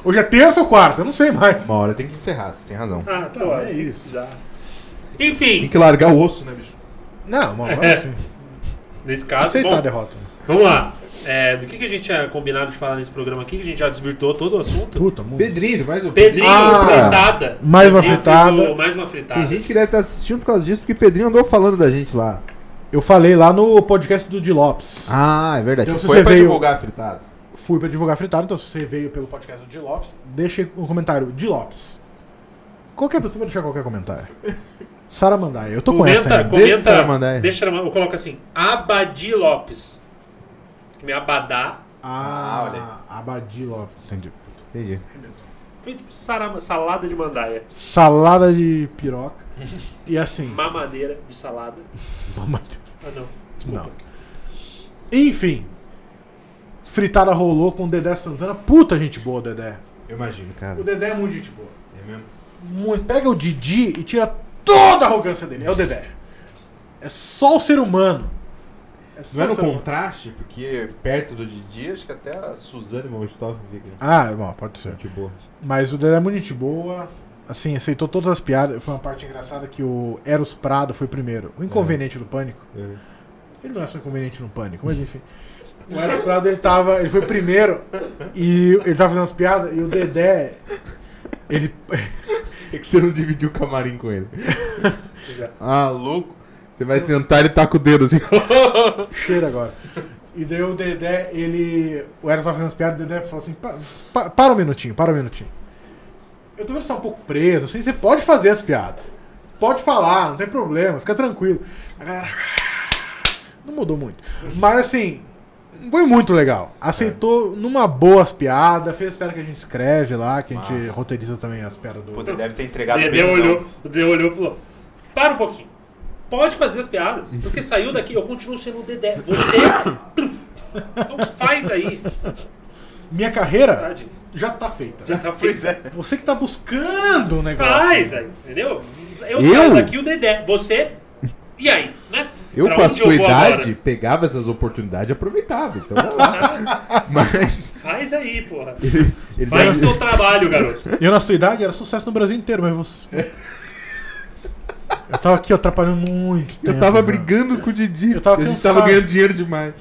Speaker 1: Hoje é terça ou quarta? Eu não sei mais.
Speaker 4: Uma hora tem
Speaker 5: Tem que encerrar, você tem razão.
Speaker 3: ah, tô,
Speaker 1: Tá, é
Speaker 3: tem que
Speaker 1: isso.
Speaker 3: precisar.
Speaker 4: Tem
Speaker 3: Enfim,
Speaker 4: que largar o osso, né, bicho?
Speaker 1: Não, uma hora sim.
Speaker 3: nesse caso,
Speaker 1: Aceitar né? a
Speaker 3: Tá bom,
Speaker 1: derrota.
Speaker 3: vamos lá. É, do que, que a gente tinha combinado de falar nesse programa aqui, que a gente já desvirtuou todo o assunto?
Speaker 1: Puta, muito.
Speaker 4: Pedrinho, tá. mais um.
Speaker 3: Pedrinho,
Speaker 1: Ah,
Speaker 3: fritada.
Speaker 1: mais uma
Speaker 3: Pedrinho
Speaker 1: fritada. Uhum.
Speaker 3: fritou Mais uma fritada.
Speaker 4: Tem gente que deve estar assistindo por causa disso, porque Pedrinho andou falando da gente lá.
Speaker 1: Eu falei lá no podcast do Di Lopes.
Speaker 4: Ah, é verdade.
Speaker 1: Então, se
Speaker 4: Foi
Speaker 1: você
Speaker 4: pra
Speaker 1: veio-
Speaker 4: divulgar a fritada.
Speaker 1: Fui pra divulgar fritado, então se você veio pelo podcast do Di Lopes, deixe um comentário. Di Lopes. Qualquer pessoa pode deixar qualquer comentário. Sara Mandai, eu tô com essa né? ainda.
Speaker 3: Comenta,
Speaker 4: Deixa o
Speaker 3: comenta.
Speaker 4: Saramandai.
Speaker 3: Deixa eu coloco assim, Abadi Lopes. Que Me abadá.
Speaker 1: Ah,
Speaker 4: Ah, olha
Speaker 1: Abadi Lopes. Entendi.
Speaker 4: Entendi.
Speaker 3: Foi tipo sarama- salada de mandaia.
Speaker 1: Salada de piroca. E assim.
Speaker 3: Mamadeira de salada. Ah, não. Desculpa.
Speaker 1: Não. Enfim. Fritada rolou com o Dedé Santana. Puta gente boa, Dedé.
Speaker 4: Eu imagino, cara.
Speaker 1: O Dedé é muito gente boa.
Speaker 4: É mesmo?
Speaker 1: Muito. Pega o Didi e tira toda a arrogância dele. É o Dedé. É só o ser humano. É só
Speaker 4: Não é
Speaker 1: o
Speaker 4: no
Speaker 1: ser humano.
Speaker 4: contraste, porque perto do Didi, acho que até a Suzane Mostov fica.
Speaker 1: Ah, bom, pode ser.
Speaker 4: é Gente boa.
Speaker 1: Mas o Dedé é muito gente boa. Assim, aceitou todas as piadas. Foi uma parte engraçada que o Eros Prado foi primeiro. O inconveniente do pânico.
Speaker 4: É.
Speaker 1: Ele não é só inconveniente no pânico, mas enfim. O Eros Prado, ele tava. Ele foi primeiro. E ele tava fazendo as piadas. E o Dedé. Ele.
Speaker 4: É que você não dividiu o camarim com ele.
Speaker 3: Já.
Speaker 4: ah, louco. Você vai sentar e taca o dedo assim.
Speaker 1: Cheira agora. E daí o Dedé, ele. O Eros tava fazendo as piadas, o Dedé falou assim: "Pa- pa- para um minutinho, para um minutinho. Eu tô vendo que você tá um pouco preso, assim, você pode fazer as piadas. Pode falar, não tem problema, fica tranquilo. A galera. "Ah", Não mudou muito. Mas assim, foi muito legal. Aceitou numa boa as piadas, fez as piadas que a gente escreve lá, que a gente
Speaker 5: Massa.
Speaker 1: roteiriza também as piadas do.
Speaker 5: Pô, ele deve ter
Speaker 3: O
Speaker 5: entregado
Speaker 3: Dedê
Speaker 5: benzão.
Speaker 3: olhou, o Dedê olhou e falou: Para um pouquinho. Pode fazer as piadas. Porque saiu daqui, eu continuo sendo o Dedé. Você. é Então faz aí.
Speaker 1: Minha carreira
Speaker 3: Tadinho.
Speaker 1: já tá feita.
Speaker 3: Já tá
Speaker 5: Pois
Speaker 3: feito.
Speaker 5: é.
Speaker 1: Você que tá buscando o negócio.
Speaker 3: Faz aí, entendeu? Eu,
Speaker 4: Eu?
Speaker 3: saio daqui o Dedé. Você. E aí, né?
Speaker 4: Eu,
Speaker 3: Pra
Speaker 4: com a
Speaker 3: onde
Speaker 4: sua
Speaker 3: vou
Speaker 4: idade,
Speaker 3: agora?
Speaker 4: pegava essas oportunidades e aproveitava. Então, vamos lá. Mas.
Speaker 3: Faz aí, porra.
Speaker 4: Ele
Speaker 3: Faz
Speaker 4: deve-
Speaker 3: teu trabalho, garoto.
Speaker 1: Eu na sua idade era sucesso no Brasil inteiro, mas você. Eu tava aqui ó, atrapalhando muito.
Speaker 4: Eu
Speaker 1: tempo,
Speaker 4: tava
Speaker 1: já.
Speaker 4: brigando com o Didi.
Speaker 1: Eu tava
Speaker 4: a gente
Speaker 1: cansado.
Speaker 4: tava ganhando dinheiro demais.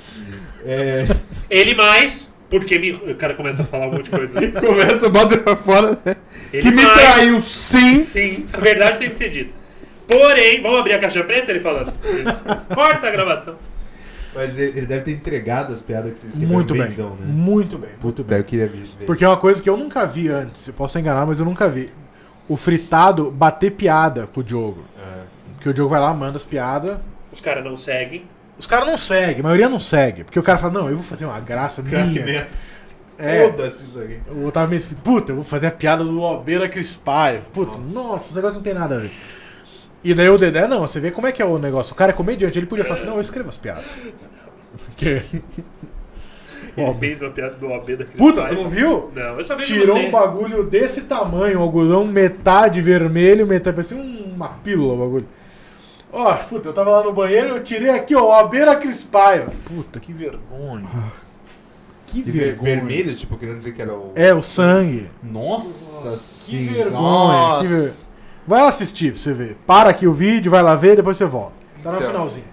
Speaker 4: É,
Speaker 3: Ele mais. Porque me... o cara começa a falar um monte de coisa.
Speaker 4: começa a bater pra fora, né?
Speaker 3: Ele
Speaker 4: que me
Speaker 3: vai.
Speaker 4: traiu, sim!
Speaker 3: Sim, a verdade tem que ser dita. Porém, vamos abrir a caixa preta? Ele falando. Corta a gravação.
Speaker 4: Mas ele, ele deve ter entregado as piadas que vocês escreveram
Speaker 1: Muito bem.
Speaker 4: benzão, né?
Speaker 1: Muito bem.
Speaker 4: Puta, daí eu queria ver.
Speaker 1: Porque é uma coisa que eu nunca vi antes. Eu posso enganar, mas eu nunca vi. O fritado bater piada com o Diogo.
Speaker 4: Ah,
Speaker 1: Porque o Diogo vai lá, manda as piadas.
Speaker 3: Os caras não seguem.
Speaker 1: Os caras não seguem, a maioria não segue. Porque o cara fala, não, eu vou fazer uma graça
Speaker 4: craque
Speaker 1: minha.
Speaker 4: Neto.
Speaker 1: É.
Speaker 6: Foda-se isso aqui.
Speaker 1: O Otávio me disse, puta, eu vou fazer a piada do Obeira Crispy. Puta, nossa, esse negócio não tem nada a ver. E daí o Dedé, não, você vê como é que é o negócio. O cara é comediante, ele podia falar assim, não, eu escrevo as piadas. Porque,
Speaker 3: Ele fez uma piada do OB da Cris
Speaker 1: puta,
Speaker 3: Paiva.
Speaker 1: tu não viu?
Speaker 3: Não, eu só vejo
Speaker 1: Tirou
Speaker 3: você.
Speaker 1: um bagulho desse tamanho, um algodão, metade vermelho, metade. Parecia uma pílula o bagulho. Ó, puta, eu tava lá no banheiro, eu tirei aqui, ó, Obeira Crispy. Puta, que vergonha.
Speaker 4: Ah,
Speaker 1: Que
Speaker 6: E ver-
Speaker 1: vergonha.
Speaker 6: vermelho, tipo, querendo dizer que era o.
Speaker 1: É, o sangue.
Speaker 6: Nossa,
Speaker 1: Que
Speaker 6: senhora.
Speaker 1: vergonha. que ver- Vai lá assistir pra você ver. Para aqui o vídeo, vai lá ver, depois você volta. Tá no
Speaker 6: Então.
Speaker 1: finalzinho.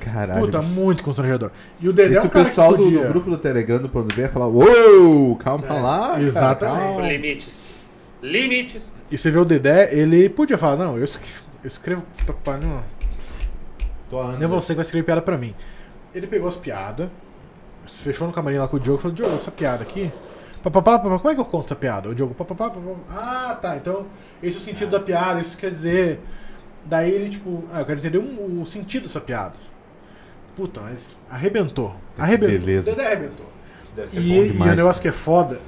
Speaker 4: Caralho.
Speaker 1: Puta, muito constrangedor. E o Dedé é
Speaker 4: Esse
Speaker 1: um
Speaker 4: o
Speaker 1: cara
Speaker 4: pessoal
Speaker 1: que
Speaker 4: do,
Speaker 1: podia...
Speaker 4: do grupo do Telegram do Plano B ia falar, uou, calma
Speaker 3: É,
Speaker 4: lá. cara,
Speaker 1: exatamente.
Speaker 4: calma."
Speaker 3: Limites. Limites.
Speaker 1: E você vê o Dedé, ele podia falar, não, eu, es- eu escrevo... pra- Não,
Speaker 6: Tô há anos-
Speaker 1: não é você que vai escrever piada pra mim. Ele pegou as piadas, se fechou no camarim lá com o Diogo e falou, Diogo, essa piada aqui... Pá, pá, pá, pá, pá, como é que eu conto essa piada? O Diogo, pá, pá, pá, pá, pá. ah, tá, então esse é o sentido da piada, isso quer dizer... Daí ele, tipo, ah, eu quero entender um- o sentido dessa piada. Puta, mas arrebentou. Arrebentou.
Speaker 4: beleza.
Speaker 1: O Dedé arrebentou.
Speaker 6: Isso deve ser
Speaker 1: E,
Speaker 6: bom
Speaker 1: e
Speaker 6: demais.
Speaker 4: demais.
Speaker 1: o negócio que é foda,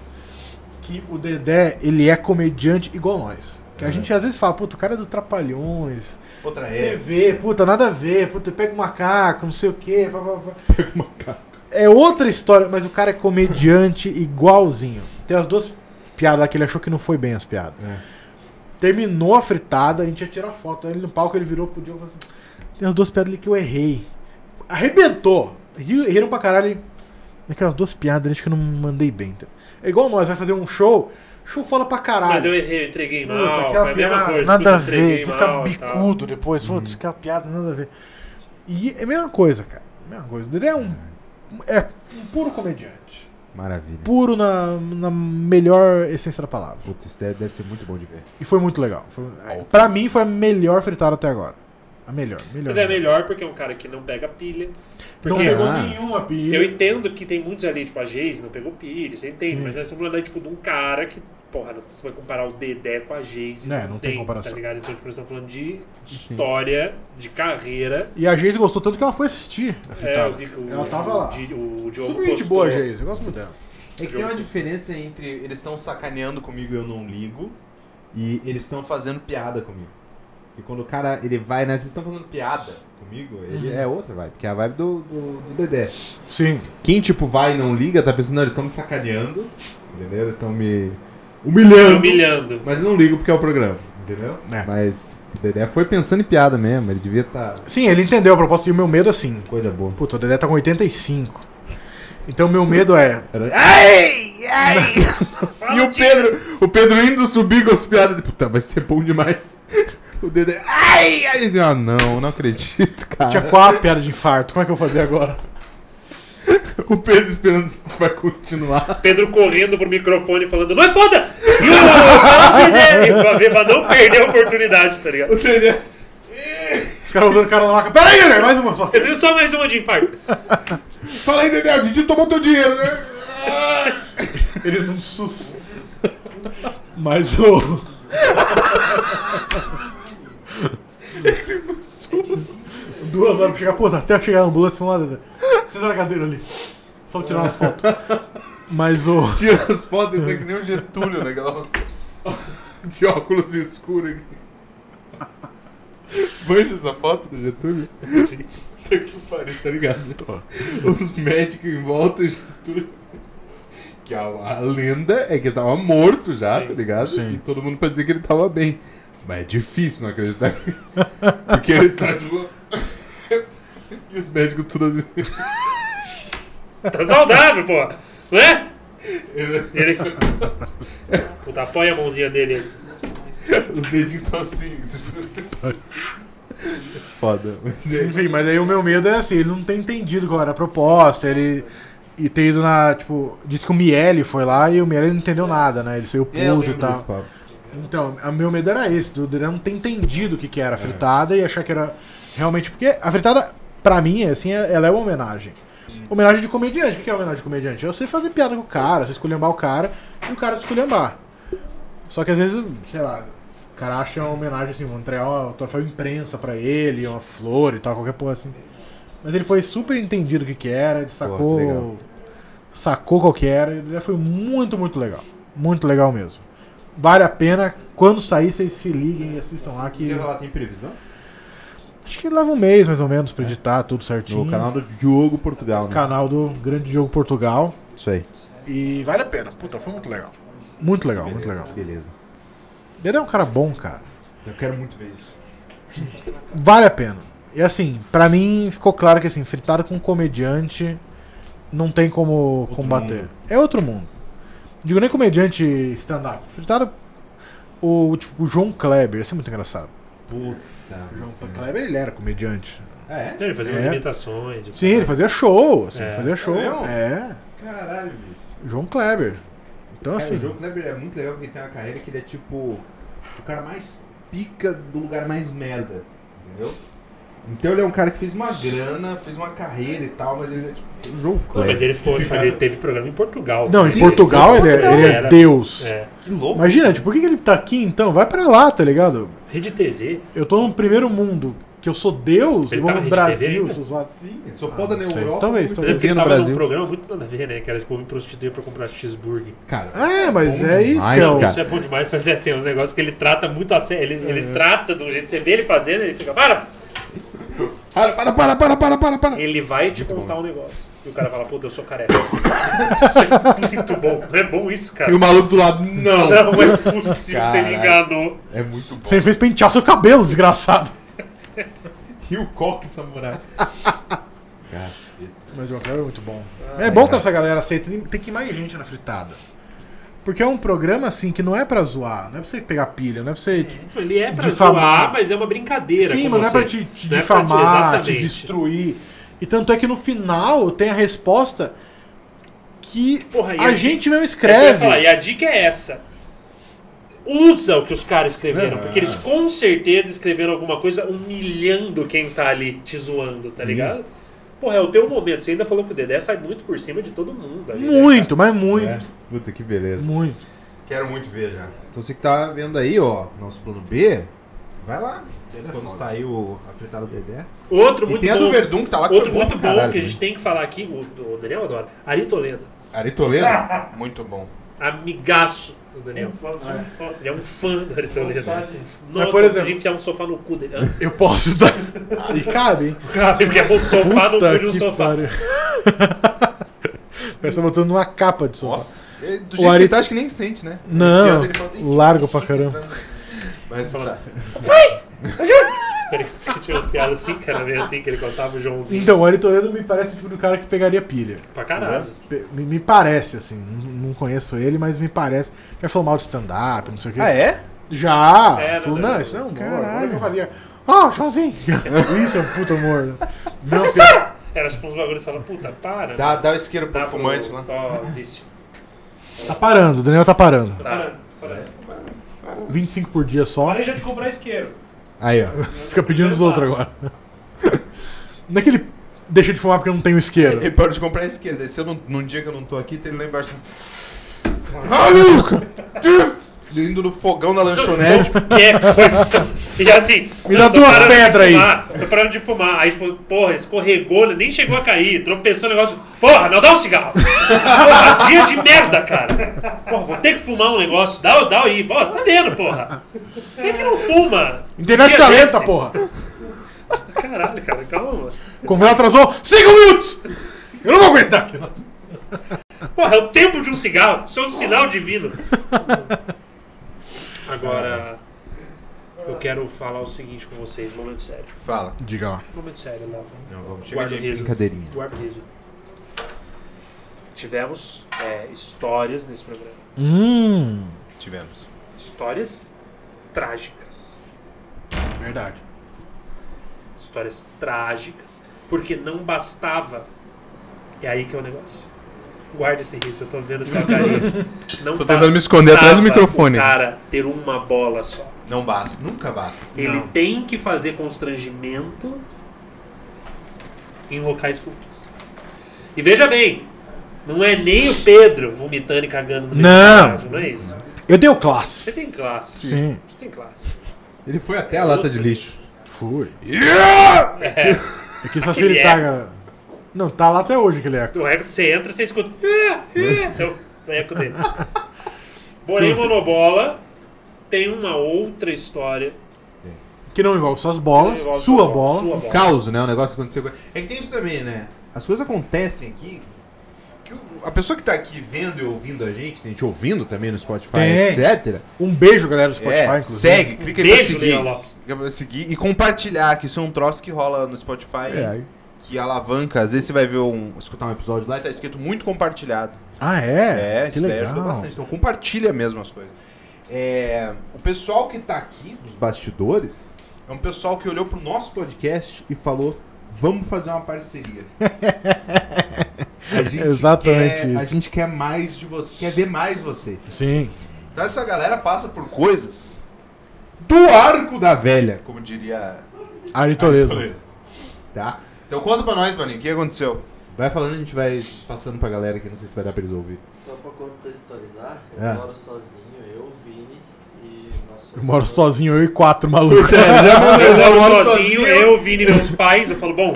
Speaker 1: que o Dedé, ele é comediante igual nós. Que
Speaker 6: Uhum.
Speaker 1: a gente às vezes fala, puta, o cara é do Trapalhões,
Speaker 6: Outra é.
Speaker 1: TV, puta, nada a ver, puta, pega o macaco, não sei o quê. Pá, pá, pá. Pega o macaco. É outra história, mas o cara é comediante igualzinho. Tem as duas piadas lá que ele achou que não foi bem as piadas.
Speaker 4: É.
Speaker 1: Terminou a fritada, a gente ia tirar foto. Aí ele no palco ele virou pro Diogo e falou assim: Tem as duas piadas ali que eu errei. Arrebentou! Ri- Riram pra caralho. ele, Aquelas duas piadas, acho que eu não mandei bem. Então, É igual nós, vai fazer um show, show fala pra caralho.
Speaker 3: Mas eu errei, eu entreguei mal.
Speaker 1: Ah. Puta, aquela
Speaker 3: foi a mesma
Speaker 1: piada,
Speaker 3: coisa.
Speaker 1: nada a
Speaker 3: puta, entreguei
Speaker 1: ver. Você fica
Speaker 3: mal, tal. Hum.
Speaker 1: bicudo depois, putz, aquela piada, nada a ver. E é a mesma coisa, cara. Mesma coisa. Ele é um, é um puro comediante.
Speaker 4: Maravilha.
Speaker 1: Puro na, na melhor essência da palavra.
Speaker 4: Puta, isso deve, deve ser muito bom de ver.
Speaker 1: E foi muito legal. Foi, é, pra mim, foi a melhor fritada até agora. A melhor, melhor.
Speaker 3: Mas é né? melhor porque é um cara que não pega pilha. Porque
Speaker 1: Não pegou
Speaker 4: Ah.
Speaker 1: nenhuma pilha.
Speaker 3: eu entendo que tem muitos ali, tipo, a Geis não pegou pilha, você entende,
Speaker 1: Sim.
Speaker 3: mas nós estamos falando aí, tipo, de um cara que, porra, não- você vai comparar o Dedé com a Geis.
Speaker 1: Né, não tem comparação.
Speaker 3: Tá ligado? Então, tipo, nós estamos falando de história, de carreira.
Speaker 1: E a Geise gostou tanto que ela foi assistir a
Speaker 3: É, eu
Speaker 1: fritada.
Speaker 3: vi que o,
Speaker 1: ela tava
Speaker 3: o,
Speaker 1: lá.
Speaker 3: Di- O, Diogo
Speaker 1: Super gente
Speaker 3: postou.
Speaker 1: boa, Geise. Eu gosto muito dela.
Speaker 6: É que tem uma diferença entre eles estão sacaneando comigo e eu não ligo, e eles estão fazendo piada comigo.
Speaker 4: E quando o cara, ele vai né,
Speaker 6: Mas
Speaker 4: nessa...
Speaker 6: vocês estão fazendo piada comigo?
Speaker 4: Ele é outra vibe, que é a vibe do, do, do Dedé.
Speaker 1: Sim.
Speaker 4: Quem, tipo, vai e não liga, tá pensando, não, eles estão me sacaneando, entendeu? Eles estão me humilhando.
Speaker 3: Humilhando.
Speaker 4: Mas eu não ligo porque é o programa, entendeu?
Speaker 1: É.
Speaker 4: Mas o Dedé foi pensando em piada mesmo, ele devia estar...
Speaker 1: Sim, ele entendeu a proposta. E o meu medo, assim,
Speaker 4: Coisa boa.
Speaker 1: Puta, o Dedé tá com 85. Então meu medo é.
Speaker 4: Ai! Ai!
Speaker 3: Fala,
Speaker 4: E o
Speaker 3: Di-
Speaker 4: Pedro, o Pedro indo subir com as piadas. Puta, vai ser bom demais. O Dedé. Ai! ai ah, não, não acredito,
Speaker 1: Tinha
Speaker 4: cara.
Speaker 1: quatro piadas de infarto, como é que eu vou fazer agora?
Speaker 4: O Pedro esperando se a gente vai continuar.
Speaker 3: Pedro correndo pro microfone falando, não é foda! E o- pra ver- pra não perder é a oportunidade, tá ligado?
Speaker 4: O Dedé.
Speaker 1: Os caras usando o cara na maca. Pera aí, Dedé, mais uma só.
Speaker 3: Eu tenho só mais uma de infarto.
Speaker 4: Fala aí, Dedé, o Didi tomou teu dinheiro, né?
Speaker 1: Ele não sus. Mas o. Duas horas pra chegar, puta, até eu chegar na ambulância, vamos lá, Dedé. Senta na cadeira ali. Só pra tirar umas fotos. Mas o.
Speaker 4: Tira as fotos e tá que nem o Getúlio naquela. De óculos escuros aqui. Manja essa foto do Getúlio? Puta que pariu, tá ligado? Os médicos em volta e o Getúlio. Que a, a lenda é que tava morto já,
Speaker 3: Sim.
Speaker 4: tá ligado?
Speaker 1: Sim.
Speaker 4: E todo mundo pra dizer que ele tava bem. Mas é difícil não acreditar. Porque ele tá tipo. e os médicos tudo assim.
Speaker 3: Tá saudável, pô. Não é? Ele... Puta, apoia a mãozinha dele.
Speaker 4: Os dedinhos estão assim. Foda. Mas é.
Speaker 1: Enfim, mas aí o meu medo é assim, ele não tem entendido qual era a proposta, ele. E ter ido na, tipo, disse que o Miele foi lá e o Miele não entendeu nada, né? Ele saiu
Speaker 6: É, eu
Speaker 1: puto e
Speaker 6: lembro desse
Speaker 1: tal. Então, o meu medo era esse, do Dedé não ter entendido o que, que era a fritada e achar que era realmente. Porque a fritada, pra mim, é assim, é- ela é uma homenagem. Homenagem de comediante. O que que é homenagem de comediante? É você fazer piada com o cara, você esculhambar o cara e o cara te esculhambar. Só que às vezes, sei lá, o cara acha uma homenagem assim, vou entregar uma- um troféu imprensa pra ele, uma flor e tal, qualquer porra assim. Mas ele foi super entendido o que, que era, ele
Speaker 4: Porra, que
Speaker 1: sacou.
Speaker 4: legal.
Speaker 1: sacou qual que era. E foi muito, muito legal. Muito legal mesmo. Vale a pena. Quando sair, vocês se liguem e assistam lá que.
Speaker 4: Quer falar, tem previsão?
Speaker 1: Acho que leva um mês mais ou menos pra editar tudo certinho.
Speaker 2: É. No canal do Diogo Portugal, né?
Speaker 1: Canal do Grande Jogo Portugal.
Speaker 2: Isso aí.
Speaker 1: E vale a pena. Puta, foi muito legal. Muito legal, muito legal.
Speaker 2: Beleza.
Speaker 1: Ele é um cara bom, cara.
Speaker 4: Eu quero muito ver isso.
Speaker 1: Vale a pena. E assim, pra mim ficou claro que assim, fritada com um comediante não tem como combater.
Speaker 4: mundo.
Speaker 1: É outro mundo. Digo nem comediante stand-up. Fritada o, tipo, o João Kleber, isso é muito engraçado.
Speaker 4: Puta.
Speaker 1: O João Kleber ele era comediante.
Speaker 4: É?
Speaker 3: Ele fazia umas
Speaker 1: É.
Speaker 3: imitações. e
Speaker 1: Sim, ele
Speaker 3: tal.
Speaker 1: fazia show, assim,
Speaker 3: É.
Speaker 1: fazia show.
Speaker 4: mesmo?
Speaker 1: É,
Speaker 4: Caralho, bicho.
Speaker 1: João Kleber. Então
Speaker 4: Cara,
Speaker 1: assim,
Speaker 4: o João Kleber é muito legal porque ele tem uma carreira que ele é tipo o cara mais pica do lugar mais merda, entendeu? Então ele é um cara que fez uma grana, fez uma carreira e tal, mas ele é tipo.
Speaker 1: o João
Speaker 3: Não,
Speaker 1: Kleber.
Speaker 3: mas ele, foi, ele teve programa em Portugal.
Speaker 1: Não, em
Speaker 4: Sim,
Speaker 1: Portugal
Speaker 4: foi
Speaker 1: ele é,
Speaker 3: Portugal,
Speaker 1: ele é
Speaker 3: era.
Speaker 1: Deus.
Speaker 3: É.
Speaker 4: Que louco.
Speaker 1: Imagina, tipo, por que que ele tá aqui então? Vai pra lá, tá ligado?
Speaker 3: Rede TV.
Speaker 1: Eu tô num primeiro mundo, que eu sou Deus,
Speaker 3: Ele
Speaker 1: eu vou
Speaker 3: tá
Speaker 1: no
Speaker 3: na
Speaker 1: Brasil,
Speaker 3: RedeTV ainda?
Speaker 1: sou zoado.
Speaker 4: Sim, assim. eu sou foda na
Speaker 1: Ah, não sei.
Speaker 4: Europa.
Speaker 1: Talvez,
Speaker 4: muito
Speaker 1: talvez.
Speaker 3: Mas é porque
Speaker 2: Aqui
Speaker 3: ele
Speaker 2: no
Speaker 3: tava num
Speaker 2: Brasil.
Speaker 3: programa muito nada a ver, né? Que era tipo, eu me prostituir pra comprar cheeseburger.
Speaker 2: Cara,
Speaker 1: É, mas
Speaker 2: bom
Speaker 1: é isso
Speaker 2: demais,
Speaker 1: que é o...
Speaker 2: cara.
Speaker 3: Isso é bom demais, mas é assim, é uns negócios que ele trata muito a sério. Ele, ele trata de um jeito, você vê ele fazendo, ele fica, para!
Speaker 2: Para, para, para, para, para, para, para.
Speaker 3: Ele vai te contar um negócio. E o cara fala, puta, eu sou careca. Isso é muito bom. É bom isso, cara.
Speaker 2: E o maluco do lado, não.
Speaker 3: Não é possível, você me
Speaker 2: Caralho.
Speaker 3: enganou.
Speaker 2: É muito bom.
Speaker 1: Você fez pentear seu cabelo, desgraçado.
Speaker 2: Rio Coque Samurai.
Speaker 4: né?
Speaker 2: Caceta.
Speaker 1: Mas o João Kleber é muito bom. é bom que essa galera aceita. Tem- Tem que ir mais gente na fritada. Porque é um programa, assim, que não é pra zoar. Não é pra você pegar pilha, não é pra você...
Speaker 3: Ele é pra
Speaker 1: Difamar.
Speaker 3: zoar, mas é uma brincadeira.
Speaker 1: Sim,
Speaker 3: com
Speaker 1: mas não é
Speaker 3: você.
Speaker 1: pra te, te
Speaker 3: Não é pra te-
Speaker 1: difamar, te,
Speaker 3: exatamente.
Speaker 1: destruir. E tanto é que no final tem a resposta que
Speaker 3: Porra, e
Speaker 1: a
Speaker 3: a
Speaker 1: gente mesmo
Speaker 3: É o que eu ia
Speaker 1: escreve.
Speaker 3: falar, e a dica é essa. Usa o que os caras escreveram,
Speaker 2: Ah.
Speaker 3: porque eles com certeza escreveram alguma coisa humilhando quem tá ali te zoando, tá
Speaker 2: Sim.
Speaker 3: ligado? Porra, é o teu momento. Você ainda falou que o Dedé sai muito por cima de todo mundo. ali, né,
Speaker 1: Muito, mas muito.
Speaker 2: É. Puta que beleza.
Speaker 1: Muito.
Speaker 4: Quero muito ver já.
Speaker 2: Então você que tá vendo aí, ó, nosso plano B, vai lá.
Speaker 1: Ele é
Speaker 2: Quando
Speaker 1: foda.
Speaker 2: saiu a fritada do Dedé.
Speaker 3: cara? Outro
Speaker 4: E
Speaker 3: muito
Speaker 4: tem a
Speaker 3: bom.
Speaker 4: do Verdun que tá lá que
Speaker 3: Outro
Speaker 4: foi pra
Speaker 3: muito bom
Speaker 2: caralho,
Speaker 3: que a
Speaker 2: né?
Speaker 3: gente tem que falar aqui, o, o Daniel adora. Ari Toledo.
Speaker 4: Ari Toledo? muito bom.
Speaker 3: Amigaço do Daniel. Ele é um fã do Ari Toledo. Nossa,
Speaker 1: Mas, por exemplo-
Speaker 3: a gente é um sofá no cu dele. Ah,
Speaker 1: Eu posso dar. E cabe, hein?
Speaker 3: Ele é um sofá no cu de um
Speaker 1: que
Speaker 3: sofá.
Speaker 1: pariu. Parece que tá botando uma capa de sofá.
Speaker 4: Nossa. É, Do
Speaker 1: O
Speaker 4: jeito
Speaker 1: Ari-
Speaker 4: que ele tá, acho que nem sente, né?
Speaker 1: Não,
Speaker 4: Ele fala, "Ih,
Speaker 1: largo pra
Speaker 4: chique,
Speaker 1: caramba.
Speaker 4: tá". Mas tá.
Speaker 3: Peraí, tinha uma piada assim, cara, meio assim que ele contava o Joãozinho.
Speaker 1: Então, o Ari Toledo me parece o tipo do cara que pegaria pilha.
Speaker 3: Pra caralho.
Speaker 1: Pe- Me, me parece, assim. Não não conheço ele, mas me parece. Já falou mal de stand-up, não sei o quê.
Speaker 2: Ah, é?
Speaker 1: Já!
Speaker 3: Era,
Speaker 1: falou,
Speaker 3: né?
Speaker 1: não, isso não é humor.
Speaker 2: Caralho.
Speaker 1: Olha o que eu fazia. Ó, Joãozinho! isso é um puta humor. né? Não, é?
Speaker 3: Era tipo uns bagulhos que fala, puta, para.
Speaker 4: Dá, dá o isqueiro pro
Speaker 3: Dá pro-
Speaker 4: fumante lá.
Speaker 3: Ó, vício.
Speaker 1: tá parando, o Daniel tá parando.
Speaker 3: Para. para.
Speaker 1: 25 por dia só.
Speaker 7: Parei já de comprar isqueiro.
Speaker 2: Aí, ó.
Speaker 1: Fica pedindo os outros agora. Não é que ele deixa de fumar porque eu não tenho isqueiro.
Speaker 4: Ele parou de comprar a esquerda. Daí se eu não, num dia que eu não tô aqui, tem ele lá embaixo. assim, Maluco! Indo no fogão na lanchonete.
Speaker 3: Que é coisa. E assim.
Speaker 1: Me dá
Speaker 3: eu tô
Speaker 1: duas
Speaker 3: parando de
Speaker 1: pedras aí.
Speaker 3: fumar, Tô parando de fumar. Aí, tipo, porra, escorregou, né? nem chegou a cair, tropeçou o negócio. Porra, não dá um cigarro! Porra, dia de merda, cara! Porra, vou ter que fumar um negócio. Dá, dá aí. Pô, você tá vendo, porra? Por que, que não fuma? Um
Speaker 1: Internet
Speaker 3: Dia
Speaker 1: tá
Speaker 3: desse?
Speaker 1: lenta, porra!
Speaker 3: Caralho, cara, calma.
Speaker 1: Convidado atrasou 5 minutos! Eu não vou aguentar!
Speaker 3: Porra, é o tempo de um cigarro. Isso é um sinal divino. Agora, eu quero falar o seguinte com vocês. Momento sério.
Speaker 4: Fala.
Speaker 1: Diga lá.
Speaker 3: Momento sério, lá.
Speaker 4: Não, vamos chegar
Speaker 3: Guarda o
Speaker 4: de
Speaker 3: riso.
Speaker 2: brincadeirinha.
Speaker 3: Guarda o riso. Tivemos é, histórias nesse programa.
Speaker 1: Hum.
Speaker 4: Tivemos.
Speaker 3: Histórias trágicas.
Speaker 1: Verdade.
Speaker 3: Histórias trágicas. Porque não bastava. É aí que é o negócio. Guarda esse riso, eu tô vendo que tá caindo. Não
Speaker 4: Tô tentando me esconder
Speaker 3: bastava
Speaker 4: atrás do microfone.
Speaker 3: o cara ter uma bola só.
Speaker 4: Não basta. Nunca basta.
Speaker 3: Ele
Speaker 1: Não.
Speaker 3: tem que fazer constrangimento em locais públicos. E veja bem, não é nem o Pedro vomitando e cagando no meio
Speaker 1: Não.
Speaker 3: do caso, não é isso.
Speaker 1: Eu dei o classe.
Speaker 3: Você tem classe.
Speaker 1: Sim.
Speaker 3: Você tem classe.
Speaker 2: Ele foi até a lata de lixo.
Speaker 1: Fui.
Speaker 3: É,
Speaker 1: Eu quis facilitar,
Speaker 3: Ele é.
Speaker 1: galera. Não, tá lá até hoje que ele é.
Speaker 3: O eco, você entra, você escuta. "É, é", É o eco dele. Porém, Monobola tem uma outra história.
Speaker 1: Que não envolve suas
Speaker 3: que
Speaker 1: bolas,
Speaker 3: envolve
Speaker 1: sua
Speaker 3: Monobola,
Speaker 1: bola.
Speaker 3: Sua
Speaker 4: O
Speaker 3: bola.
Speaker 4: caos, né? O negócio que aconteceu. com- É que tem isso também, né? As coisas acontecem aqui. Que o- a pessoa que tá aqui vendo e ouvindo a gente, tem gente ouvindo também no Spotify,
Speaker 1: Tem.
Speaker 4: etc.
Speaker 1: Um beijo, galera do Spotify,
Speaker 4: é,
Speaker 1: inclusive. Um
Speaker 4: segue, clica aí pra
Speaker 3: Beijo,
Speaker 4: seguir.
Speaker 3: Leon Lopes.
Speaker 4: Clica pra seguir e compartilhar, que isso é um troço que rola no Spotify.
Speaker 1: É.
Speaker 4: Que alavanca, às vezes você vai ver um. escutar um episódio lá e tá escrito muito compartilhado.
Speaker 1: Ah, é?
Speaker 4: É,
Speaker 1: que
Speaker 4: isso daí
Speaker 1: legal.
Speaker 4: ajuda bastante. Então compartilha mesmo as coisas. É, o pessoal que tá aqui, dos bastidores, é um pessoal que olhou pro nosso podcast e falou: vamos fazer uma parceria. A gente
Speaker 1: Exatamente
Speaker 4: quer,
Speaker 1: isso.
Speaker 4: A gente quer mais de vocês, quer ver mais vocês.
Speaker 1: Sim.
Speaker 4: Então essa galera passa por coisas do arco da velha, como diria
Speaker 1: Ari Toledo.
Speaker 4: Tá? Então conta pra nós, Maninho, o que aconteceu? Vai falando, a gente vai passando pra galera aqui, não sei se vai dar pra eles ouvir.
Speaker 7: Só pra contextualizar, eu
Speaker 4: É.
Speaker 7: moro sozinho, eu, o Vini e nosso.
Speaker 1: Eu moro sozinho, eu e quatro malucos.
Speaker 4: É, né?
Speaker 3: Eu moro sozinho, eu, Vini e meus pais. Eu falo, bom,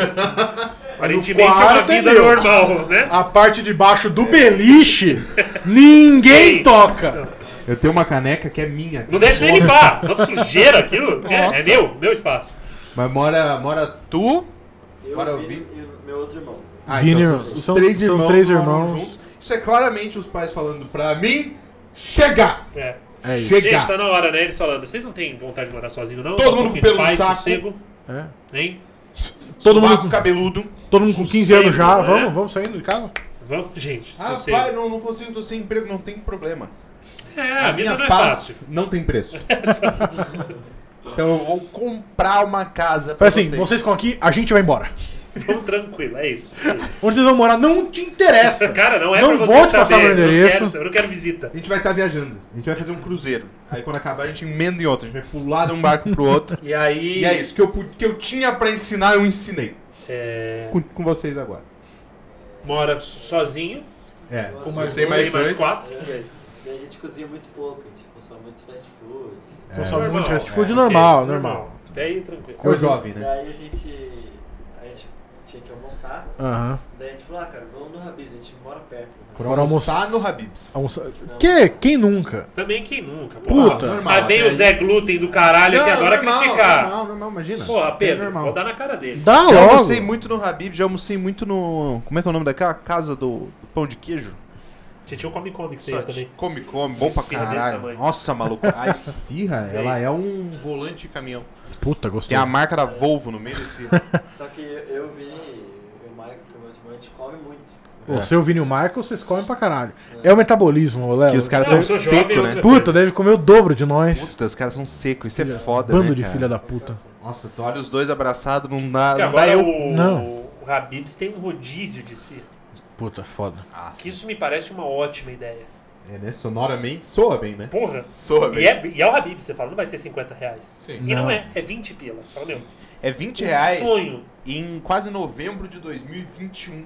Speaker 3: aparentemente é uma
Speaker 1: quarto é
Speaker 3: vida
Speaker 1: meu.
Speaker 3: normal, né?
Speaker 1: A parte de baixo do beliche, ninguém
Speaker 3: Ei.
Speaker 1: toca.
Speaker 4: Eu tenho uma caneca que é minha.
Speaker 3: Não deixa nem limpar. Uma sujeira aquilo. É, é meu, meu espaço.
Speaker 4: Mas mora, mora tu. Ah, então
Speaker 7: Eu,
Speaker 4: Bora,
Speaker 7: o Vini e o meu outro irmão.
Speaker 1: Vini,
Speaker 4: os
Speaker 1: são- são três
Speaker 4: moram
Speaker 1: irmãos.
Speaker 4: Isso é claramente os pais falando pra mim. Chega!
Speaker 3: É.
Speaker 1: É isso.
Speaker 3: Gente, tá
Speaker 4: Chega!
Speaker 3: na hora, né? Eles falando, vocês não têm vontade de morar sozinho, não?
Speaker 4: Todo
Speaker 3: Dá um
Speaker 4: mundo
Speaker 3: pouquinho
Speaker 4: com pelo
Speaker 3: de paz,
Speaker 4: no saco.
Speaker 3: sossego,
Speaker 1: É.
Speaker 3: hein?
Speaker 1: Todo
Speaker 4: Sovaco
Speaker 1: mundo com-
Speaker 4: cabeludo.
Speaker 3: é
Speaker 1: Todo mundo com 15 anos já.
Speaker 3: Sossego, né?
Speaker 1: Vamos, vamos saindo de casa.
Speaker 3: Vamos, gente.
Speaker 4: Ah,
Speaker 3: sossego.
Speaker 4: pai, não, não consigo, tô sem emprego, não tem problema.
Speaker 3: É, a vida não é fácil.
Speaker 4: não tem preço. então eu vou comprar uma casa pra
Speaker 1: Fala assim, vocês ficam aqui, a gente vai embora.
Speaker 3: Vamos tranquilo, é isso. é isso.
Speaker 1: Onde vocês vão morar não te interessa.
Speaker 3: Cara, não é
Speaker 1: Não
Speaker 3: pra você
Speaker 1: vou te
Speaker 3: saber.
Speaker 1: passar meu endereço.
Speaker 3: Eu não, quero, eu não quero visita.
Speaker 4: A gente vai estar viajando. A gente vai fazer um cruzeiro. Aí quando acabar, a gente emenda em outro. A gente vai pular de um barco pro outro.
Speaker 3: E aí...
Speaker 4: E é isso. Que eu, pu- que eu tinha pra ensinar, eu ensinei.
Speaker 3: é,
Speaker 4: Com, com vocês agora.
Speaker 3: mora sozinho.
Speaker 4: É.
Speaker 7: com mais
Speaker 4: Você e mais
Speaker 7: dois,
Speaker 3: mais
Speaker 4: dois. É.
Speaker 3: quatro.
Speaker 1: É,
Speaker 7: E a gente cozinha muito pouco, a gente consome muito fast food.
Speaker 1: Então só
Speaker 3: normal,
Speaker 1: muito fast food
Speaker 3: é,
Speaker 1: normal,
Speaker 3: ok,
Speaker 1: normal.
Speaker 3: Até aí, tranquilo.
Speaker 4: Eu jovem, né?
Speaker 7: Daí a gente. A gente tinha que almoçar.
Speaker 1: Aham.
Speaker 7: Daí a gente falou, ah, cara, vamos no Habib's, a gente mora perto. né?
Speaker 1: Por
Speaker 4: Pra
Speaker 1: almoçar.
Speaker 4: almoçar no Habibs. Ah,
Speaker 1: Almoçar. Que? Quem nunca?
Speaker 3: Também quem nunca. pô.
Speaker 1: Puta.
Speaker 4: né?
Speaker 3: Mas é. vem o Zé Glúten do caralho que adora criticar.
Speaker 4: Normal, normal, imagina.
Speaker 3: Ah. Porra,
Speaker 4: É
Speaker 3: Pedro,
Speaker 4: normal.
Speaker 3: vou dar na cara dele.
Speaker 1: Dá
Speaker 4: Já
Speaker 1: logo.
Speaker 4: almocei muito no Habib, já almocei muito no. Como é que é o nome daquela? Casa do, do pão de queijo?
Speaker 3: Tinha um Comic Comic que você ia
Speaker 4: Só te-
Speaker 3: também.
Speaker 4: Come, come, bom pra
Speaker 3: Esfirra desse
Speaker 4: caralho.
Speaker 3: tamanho.
Speaker 4: Nossa, maluco. A esfirra, ela é um volante de caminhão.
Speaker 1: Puta,
Speaker 4: Tem
Speaker 1: gostei.
Speaker 4: a marca da Volvo no meio desse.
Speaker 7: Só que eu, o Vini e o Michael, que é o meu outro irmão, a gente come muito.
Speaker 4: É.
Speaker 1: Você, o Vini e o Michael, vocês comem pra caralho. É o metabolismo, Léo.
Speaker 4: Que os caras
Speaker 3: Não,
Speaker 4: são
Speaker 3: eu sou jovem,
Speaker 4: secos, né?
Speaker 3: outra-
Speaker 1: Puta, deve comer o dobro de nós.
Speaker 4: Puta, os caras são secos, isso é foda,
Speaker 1: Bando
Speaker 4: né,
Speaker 1: de
Speaker 4: cara?
Speaker 1: filha da puta.
Speaker 4: Nossa, tu olha os dois abraçados, não dá,
Speaker 3: Porque
Speaker 4: não dá
Speaker 3: agora
Speaker 4: eu.
Speaker 3: o,
Speaker 1: Não.
Speaker 3: o Habibs tem um rodízio de esfirra.
Speaker 1: Puta, foda.
Speaker 4: Nossa,
Speaker 3: Que isso me parece uma ótima ideia.
Speaker 4: É, né? Sonoramente soa bem, né?
Speaker 3: Porra.
Speaker 4: Soa
Speaker 3: E
Speaker 4: bem.
Speaker 3: é, e é o Habib, você fala, não vai ser 50 reais.
Speaker 4: Sim.
Speaker 3: E não,
Speaker 1: Não.
Speaker 3: é, é 20 pila. Fala, meu,
Speaker 4: É 20
Speaker 3: um
Speaker 4: reais
Speaker 3: sonho.
Speaker 4: em quase novembro de 2021.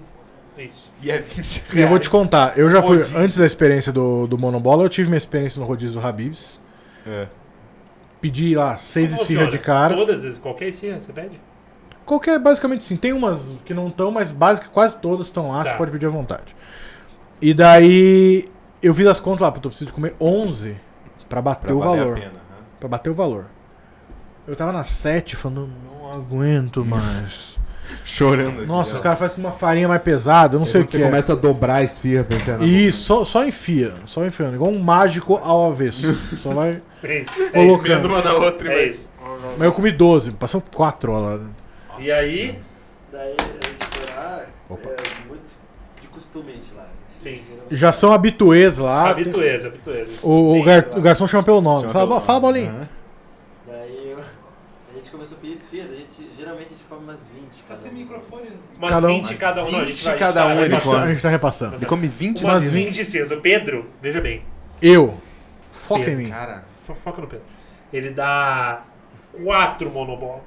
Speaker 3: Isso.
Speaker 4: E é 20 reais.
Speaker 1: E eu vou te contar, eu já fui,
Speaker 4: Rodízio.
Speaker 1: antes da experiência do, do Monobola, eu tive minha experiência no rodízio do Habibs.
Speaker 4: É.
Speaker 1: Pedi lá seis
Speaker 3: Como
Speaker 1: esfirras
Speaker 3: funciona?
Speaker 1: de cara.
Speaker 3: Todas as vezes, qualquer esfirra, você pede?
Speaker 1: Qualquer, basicamente sim. Tem umas que não estão, mas basic, quase todas estão lá,
Speaker 3: Tá.
Speaker 1: você pode pedir à vontade. E daí, eu fiz as contas lá, puta, eu preciso de comer 11 pra bater
Speaker 4: Pra
Speaker 1: o
Speaker 4: valer
Speaker 1: valor.
Speaker 4: a pena. né?
Speaker 1: Pra bater o valor. Eu tava na 7 falando, não aguento mais.
Speaker 4: Chorando. aqui,
Speaker 1: Nossa,
Speaker 4: ó.
Speaker 1: os caras fazem com uma farinha mais pesada, eu não
Speaker 4: Aí
Speaker 1: sei o
Speaker 4: quando
Speaker 1: que
Speaker 4: Você
Speaker 1: é.
Speaker 4: começa a dobrar a esfirra pra entrar na
Speaker 1: Isso, só, só enfia, só enfiando, igual um mágico ao avesso. só vai.
Speaker 3: É isso. É
Speaker 1: Colocou.
Speaker 3: isso.
Speaker 4: boca. Comendo uma na outra.
Speaker 3: É
Speaker 4: vai-
Speaker 3: isso.
Speaker 1: Mas eu comi 12, passou 4 horas lá.
Speaker 3: E aí,
Speaker 7: Daí a gente foi lá,
Speaker 1: Opa.
Speaker 7: é muito de costume a gente lá. A gente
Speaker 3: Sim.
Speaker 7: geralmente-
Speaker 1: Já são habituês lá.
Speaker 3: habitueza, habitueza.
Speaker 1: Ah, O, o
Speaker 3: Sim,
Speaker 1: gar-
Speaker 3: claro.
Speaker 1: o garçom chama pelo nome.
Speaker 4: Chama
Speaker 1: fala,
Speaker 4: pelo
Speaker 1: "Bo- fala,
Speaker 4: nome."
Speaker 1: Bolinho.
Speaker 4: Aham.
Speaker 7: Daí eu- a gente começou a pedir esfirra, daí a gente, geralmente a gente come umas 20. Tá sem microfone.
Speaker 3: Umas
Speaker 1: Cada um-
Speaker 3: 20 cada um. não, a gente
Speaker 4: 20
Speaker 3: vai, a gente
Speaker 4: cada
Speaker 3: vai-
Speaker 4: um,
Speaker 3: vai
Speaker 4: ele
Speaker 3: passar.
Speaker 4: come.
Speaker 1: A gente tá repassando.
Speaker 4: Você come 20
Speaker 3: Umas
Speaker 4: esfirras.
Speaker 3: 20 esfirras. O Pedro, veja bem,
Speaker 1: Eu. Foca em
Speaker 3: Pedro,
Speaker 1: mim.
Speaker 4: Cara.
Speaker 3: fo- foca no Pedro. Ele dá 4 monobola.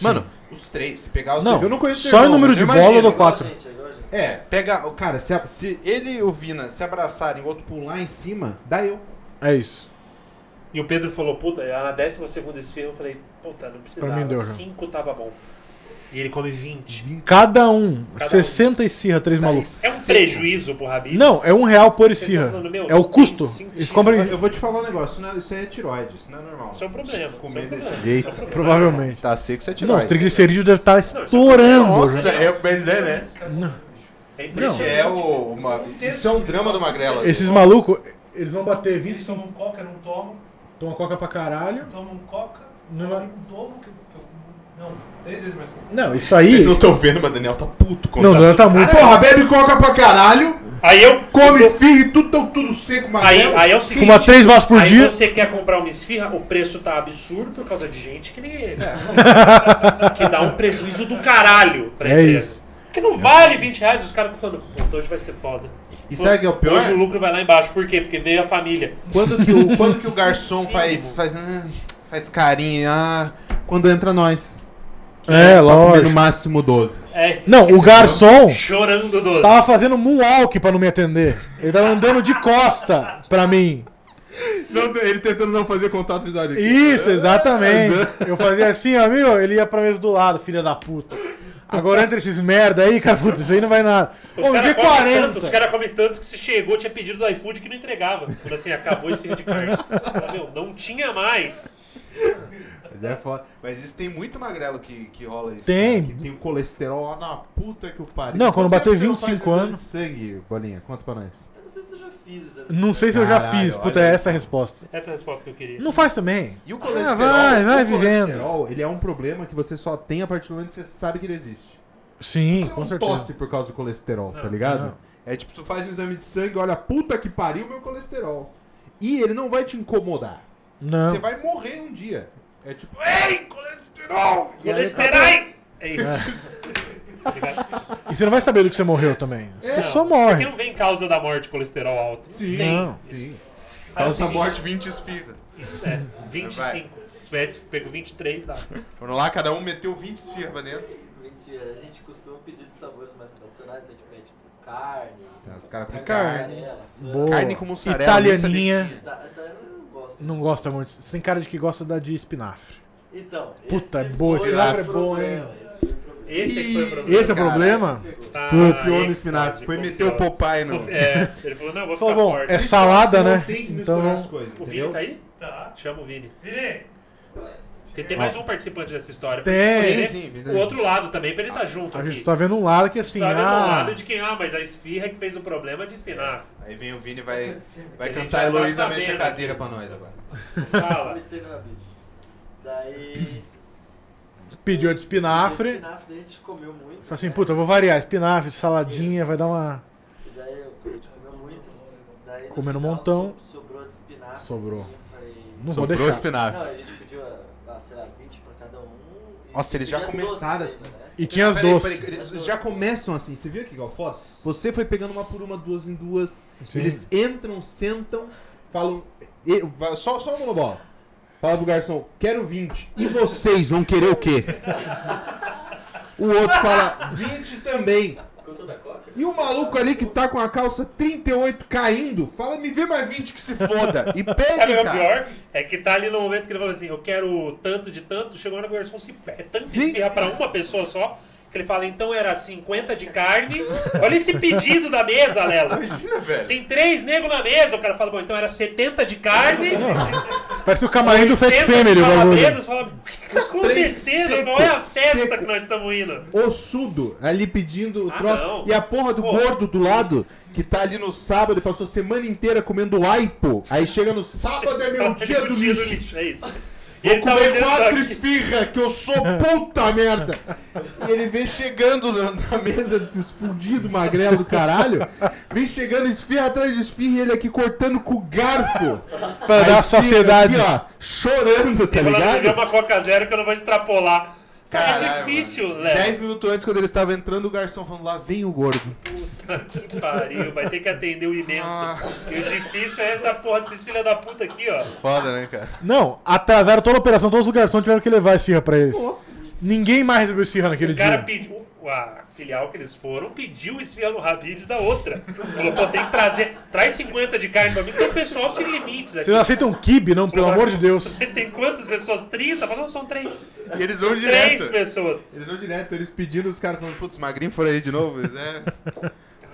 Speaker 4: Mano, os três, se pegar os
Speaker 1: Não,
Speaker 4: três- eu não conheço
Speaker 1: só
Speaker 4: o
Speaker 1: em número de bola eu dou quatro. Quatro.
Speaker 7: Gente, agora, gente.
Speaker 4: É, pega. o Cara, se, a- se ele e o Vina se abraçarem e o outro pular em cima, dá eu.
Speaker 1: É isso.
Speaker 3: E o Pedro falou, puta, na 12 esfirra eu falei, puta, não precisava.
Speaker 1: mim deu já.
Speaker 3: 5 tava bom. E ele come 20.
Speaker 1: Cada um,
Speaker 3: Cada um.
Speaker 1: 60 esfirra, três malucos.
Speaker 3: É um prejuízo pro Habibs?
Speaker 1: Não, é um real por
Speaker 3: estão
Speaker 1: esfirra.
Speaker 3: falando, meu,
Speaker 1: É o custo.
Speaker 3: tem sentido.
Speaker 1: Eles compram
Speaker 4: Eu vou te falar um negócio, isso, não é, isso é tiroide, isso não é normal.
Speaker 3: Isso é um problema. isso é
Speaker 4: Comer
Speaker 3: um
Speaker 4: desse
Speaker 3: problema,
Speaker 4: jeito,
Speaker 3: isso é um problema.
Speaker 1: Provavelmente.
Speaker 4: Tá seco, isso é
Speaker 1: Não,
Speaker 4: tiroide.
Speaker 1: os triglicerídeos devem estar tá estourando.
Speaker 4: Nossa, é, pois é, né?
Speaker 3: É
Speaker 4: Que
Speaker 3: impressionante.
Speaker 4: é o, uma, isso é um drama do Magrela.
Speaker 1: Esses malucos, eles vão bater
Speaker 8: Eles
Speaker 1: 20,
Speaker 8: tomam um coca, eu não tomo.
Speaker 1: tomam coca pra caralho.
Speaker 8: Tomam um coca,
Speaker 1: Não
Speaker 8: não
Speaker 1: vai-
Speaker 8: um dobro que eu, que eu- Não, três vezes mais que eu.
Speaker 1: Não, isso aí.
Speaker 4: Vocês não estão vendo, mas Daniel tá puto com
Speaker 1: Não, não, tá muito.
Speaker 4: Porra, bebe coca pra caralho,
Speaker 3: Aí eu.
Speaker 4: come esfirra e tudo, tão tudo seco,
Speaker 3: Então- Aí,
Speaker 4: magrelo.
Speaker 3: aí é o seguinte.
Speaker 1: Fuma três balas por
Speaker 3: aí
Speaker 1: dia.
Speaker 3: você quer comprar uma esfirra, o preço tá absurdo por causa de gente que nem ele. que dá um prejuízo do caralho pra
Speaker 1: É
Speaker 3: empresa.
Speaker 1: isso.
Speaker 3: Porque não vale 20 reais, os caras estão falando, puta, hoje vai ser foda.
Speaker 4: E sabe o que é o pior?
Speaker 3: Hoje o lucro vai lá embaixo. Por quê? Porque veio a família.
Speaker 4: Quando que o, quando que o garçom
Speaker 3: Sim.
Speaker 4: faz, faz, ah, faz carinha? ah, Quando entra nós.
Speaker 1: É,
Speaker 4: Pra comer No
Speaker 1: lógico.
Speaker 4: máximo 12.
Speaker 3: É, um
Speaker 1: Não, o
Speaker 3: esse-
Speaker 1: garçom tá
Speaker 3: Chorando do.
Speaker 1: tava fazendo moonwalk pra não me atender. Ele tava andando de costa pra mim.
Speaker 4: ele tentando não fazer contato visual.
Speaker 1: Isso, exatamente. Eu fazia assim, ó, amigo, ele ia pra mesa do lado, filha da puta. Agora entre esses merda aí, cara, puta, isso aí não vai nada.
Speaker 3: Os
Speaker 1: Ô, me
Speaker 3: caras
Speaker 1: vê
Speaker 3: comem tanto,
Speaker 1: 40.
Speaker 3: os caras comem tanto que se chegou, tinha pedido do iFood que não entregava. Quando assim, acabou esse fim de carne. Fala, Meu, não tinha mais.
Speaker 4: Mas é foda. Mas isso tem muito magrelo que, que rola isso.
Speaker 1: Tem.
Speaker 4: cara, Que tem o colesterol lá na puta que o pariu.
Speaker 1: Não, quando
Speaker 4: Quanto
Speaker 1: bater
Speaker 4: tempo você não faz
Speaker 1: 25
Speaker 4: exame
Speaker 1: anos-
Speaker 4: de sangue, bolinha, conta pra nós.
Speaker 7: Eu não sei se eu já fiz exame.
Speaker 1: Não sei se eu já
Speaker 4: Caralho,
Speaker 1: fiz, puta,
Speaker 4: olha
Speaker 1: é
Speaker 4: aí.
Speaker 1: essa a resposta.
Speaker 3: Essa é a resposta que eu queria.
Speaker 1: Não faz também.
Speaker 4: E o colesterol,
Speaker 1: Ah, vai, vai
Speaker 4: o
Speaker 1: vivendo.
Speaker 4: colesterol, ele é um problema que você só tem a partir do momento que você sabe que ele existe.
Speaker 1: Sim,
Speaker 4: Você é um
Speaker 1: com
Speaker 4: não
Speaker 1: certeza.
Speaker 4: tosse por causa do colesterol, tá
Speaker 3: Não,
Speaker 4: ligado?
Speaker 1: não.
Speaker 4: É tipo, tu faz um exame de sangue, olha, puta que pariu meu colesterol. E ele não vai te incomodar. Você
Speaker 1: Não.
Speaker 4: vai morrer um dia. É tipo, ei, colesterol! E aí
Speaker 1: tá
Speaker 4: tá
Speaker 3: Colesterol! É isso. tá
Speaker 1: E você não vai saber do que você morreu também. Você
Speaker 3: Não,
Speaker 1: só
Speaker 3: Porque
Speaker 1: morre.
Speaker 3: não vem causa da morte colesterol alto.
Speaker 4: Sim.
Speaker 3: Tem.
Speaker 1: Não.
Speaker 4: Sim.
Speaker 3: Aí é o
Speaker 4: Causa da
Speaker 3: seguinte,
Speaker 4: morte 20 esfirras.
Speaker 3: Isso é, 25. Se tivesse pego 23, dá.
Speaker 4: Foram lá, cada um meteu 20 esfirras dentro.
Speaker 7: Mentira, a gente costuma pedir de sabores mais tradicionais, então a gente pede tipo carne,
Speaker 4: Tá, os
Speaker 7: É,
Speaker 4: caras com
Speaker 1: Carne.
Speaker 7: mussarela, frango.
Speaker 1: Boa.
Speaker 4: Carne com mussarela,
Speaker 1: Italianinha.
Speaker 7: Tá- tá- eu não gosto.
Speaker 1: Não gosta muito. Você tem cara de que gosta da de espinafre.
Speaker 7: Então,
Speaker 1: Puta,
Speaker 7: esse
Speaker 1: é boa,
Speaker 7: foi
Speaker 1: esse vinagre
Speaker 7: o
Speaker 1: é bom,
Speaker 7: problema,
Speaker 1: hein?
Speaker 7: esse foi o problema.
Speaker 3: Esse é que foi o problema.
Speaker 1: Esse é o
Speaker 4: Caralho.
Speaker 1: problema?
Speaker 3: Ah,
Speaker 4: Confiou
Speaker 3: aí
Speaker 4: no
Speaker 3: que
Speaker 4: espinafre,
Speaker 3: pode,
Speaker 4: foi
Speaker 3: confiou.
Speaker 4: meter o Popeye no...
Speaker 3: É, ele falou, não, eu vou
Speaker 1: Falou,
Speaker 3: ficar
Speaker 1: bom,
Speaker 3: forte.
Speaker 1: é salada,
Speaker 4: Não
Speaker 1: né?
Speaker 4: tem que misturar
Speaker 1: Então,
Speaker 4: as coisas,
Speaker 3: O Vini
Speaker 4: entendeu?
Speaker 3: tá aí?
Speaker 8: Tá.
Speaker 3: Chama o Vini.
Speaker 8: Virei.
Speaker 3: Porque tem mais um participante dessa história.
Speaker 1: Tem.
Speaker 3: Porque ele-
Speaker 4: Sim, tá sim, verdade.
Speaker 3: o outro lado também, pra ele estar junto
Speaker 1: a
Speaker 3: aqui.
Speaker 1: gente tá vendo um lado que assim,
Speaker 3: Tá vendo o
Speaker 1: ah,
Speaker 3: lado de quem, ah, mas a esfirra que fez o problema é de espinafre.
Speaker 4: Aí vem o Vini e vai, vai
Speaker 3: A gente
Speaker 4: cantar
Speaker 3: já tá
Speaker 4: Heloísa mexe a
Speaker 3: sabendo
Speaker 4: cadeira pra nós agora.
Speaker 7: Eu
Speaker 3: Fala.
Speaker 7: Vomitei na bicha. Daí.
Speaker 1: pediu de
Speaker 7: esse
Speaker 1: espinafre. Fala
Speaker 7: espinafre, daí a gente comeu muito.
Speaker 1: assim,
Speaker 7: né?
Speaker 1: puta, eu vou variar. Espinafre, saladinha, vai dar uma.
Speaker 7: E daí eu- a gente comeu muitas. Daí no
Speaker 1: Comendo um
Speaker 7: final,
Speaker 1: montão.
Speaker 7: so- Sobrou de espinafre.
Speaker 1: Sobrou.
Speaker 7: assim, eu falei-
Speaker 1: Não vou deixar.
Speaker 7: Não,
Speaker 4: espinafre.
Speaker 7: a gente pediu, ah, sei lá, 20 pra cada um. e
Speaker 4: Nossa, eles
Speaker 7: pedi
Speaker 4: já
Speaker 7: as
Speaker 4: começaram assim.
Speaker 7: doces ainda, né?
Speaker 1: E tinha as
Speaker 4: Peraí,
Speaker 1: doces.
Speaker 4: peraí, eles já começam assim, você viu aqui, Galfoto? Você foi pegando uma por uma, duas em duas.
Speaker 1: Sim.
Speaker 4: Eles entram, sentam, falam. e- vai- só, só uma monobola. Fala pro garçom, quero 20. E vocês vão querer o quê? O outro fala, 20 também.
Speaker 7: Conta da Coca?
Speaker 4: E o maluco ali que tá com a calça 38 caindo, fala, me vê mais 20 que se foda. E
Speaker 3: Sabe
Speaker 4: pega,
Speaker 3: o
Speaker 4: cara.
Speaker 3: pior? É que tá ali no momento que ele fala assim, eu quero tanto de tanto, chegou na versão se é tanto de
Speaker 4: Sim.
Speaker 3: esfirra pra uma pessoa só, que ele fala, então era 50 de carne. Olha esse pedido da mesa, Lelo.
Speaker 4: Imagina, velho.
Speaker 3: Tem três negros na mesa, o cara fala, bom, então era 70 de carne.
Speaker 1: Parece o camarim do Fat
Speaker 4: Tá
Speaker 3: 80 de
Speaker 1: Family, o
Speaker 3: calabresa,
Speaker 1: bagulho.
Speaker 3: Você fala, o que que tá
Speaker 4: Os três
Speaker 3: acontecendo?
Speaker 4: seco,
Speaker 3: Qual é a festa
Speaker 4: seco.
Speaker 3: que nós estamos indo?
Speaker 4: Ossudo ali pedindo o
Speaker 3: Ah,
Speaker 4: troço.
Speaker 3: não.
Speaker 4: E a porra do
Speaker 3: Pô.
Speaker 4: gordo do lado, que tá ali no sábado, passou a semana inteira comendo aipo. Aí chega no sábado, é meu dia do lixo.
Speaker 3: É isso. E
Speaker 4: Vou
Speaker 3: ele tava
Speaker 4: comer
Speaker 3: olhando
Speaker 4: quatro tá
Speaker 3: aqui.
Speaker 4: esfirra, que eu sou puta merda. E ele vem chegando na, na mesa desses fudidos magrelo do caralho. Vem chegando esfirra atrás de esfirra e ele aqui cortando com o garfo.
Speaker 1: Pra dar a sociedade.
Speaker 4: Aqui, ó, chorando, tá
Speaker 3: Ele falou, "Vou beber
Speaker 4: ligado?
Speaker 3: uma Coca Zero que eu não vou extrapolar. Sabe, é
Speaker 4: Caralho,
Speaker 3: difícil,
Speaker 4: mano.
Speaker 3: Léo.
Speaker 4: Dez minutos antes, quando ele estava entrando, o garçom falando, lá vem o gordo.
Speaker 3: Que pariu, vai ter que atender o imenso.
Speaker 4: Ah.
Speaker 3: E o difícil é essa porra desses filha da puta aqui, ó.
Speaker 4: Foda, né, cara?
Speaker 1: Não, atrasaram toda a operação, todos os garçons tiveram que levar a Sirra pra eles.
Speaker 4: Nossa.
Speaker 1: Ninguém mais recebeu Sirra naquele
Speaker 3: O cara
Speaker 1: dia.
Speaker 3: pediu. com a filial que eles foram, pediu esfia no Habibs da outra. Falou, pô, tem que trazer, traz 50 de carne pra mim, tem um pessoal sem limites aqui.
Speaker 1: Vocês não aceitam um kibe, não, pelo amor de Deus.
Speaker 3: Vocês têm quantas pessoas? 30? Falou, não, são três.
Speaker 4: E eles vão
Speaker 3: Três
Speaker 4: direto.
Speaker 3: pessoas.
Speaker 4: Eles vão direto, eles pedindo os caras falando, putz, magrinho foram aí de novo. Eles é.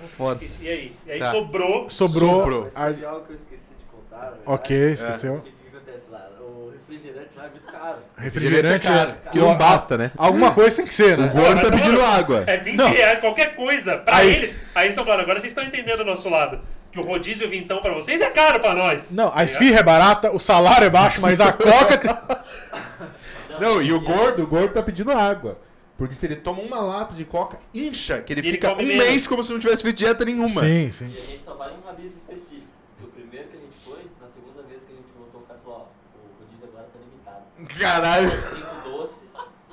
Speaker 3: Nossa,
Speaker 4: Foda.
Speaker 3: que difícil. E aí? E aí
Speaker 4: Tá.
Speaker 3: sobrou.
Speaker 1: Sobrou.
Speaker 4: Sobrou.
Speaker 1: a-
Speaker 7: Mas tem algo que eu esqueci de contar. na verdade.
Speaker 1: Ok, esqueceu.
Speaker 7: O que, que acontece lá? O refrigerante lá é muito caro.
Speaker 1: Refrigerante.
Speaker 4: Refrigerante é caro, que
Speaker 1: Ó,
Speaker 4: não basta, né?
Speaker 1: Alguma coisa tem que ser,
Speaker 4: O
Speaker 1: né?
Speaker 4: gordo tá
Speaker 3: Mas,
Speaker 4: pedindo
Speaker 3: mano,
Speaker 4: água.
Speaker 3: É 20
Speaker 1: Não.
Speaker 3: reais, qualquer coisa. Pra
Speaker 1: Aí-
Speaker 3: eles. Aí estão falando, agora vocês estão entendendo o nosso lado. Que o rodízio vintão pra vocês é caro pra nós. Tá
Speaker 1: Não, a esfirra é barata, o salário é baixo, mas a coca. tem-
Speaker 4: Não, e o gordo, o gordo tá pedindo água. Porque se ele toma uma lata de coca, incha, que ele
Speaker 3: E ele
Speaker 4: fica um
Speaker 3: come menos.
Speaker 4: mês como se não tivesse feito dieta nenhuma.
Speaker 1: Sim, sim.
Speaker 7: E a gente só vai em um rabisco específico. No primeiro que a gente foi, na segunda vez que a gente voltou, o cara falou, ó, o rodízio agora tá limitado.
Speaker 4: Caralho.
Speaker 7: Cinco doces,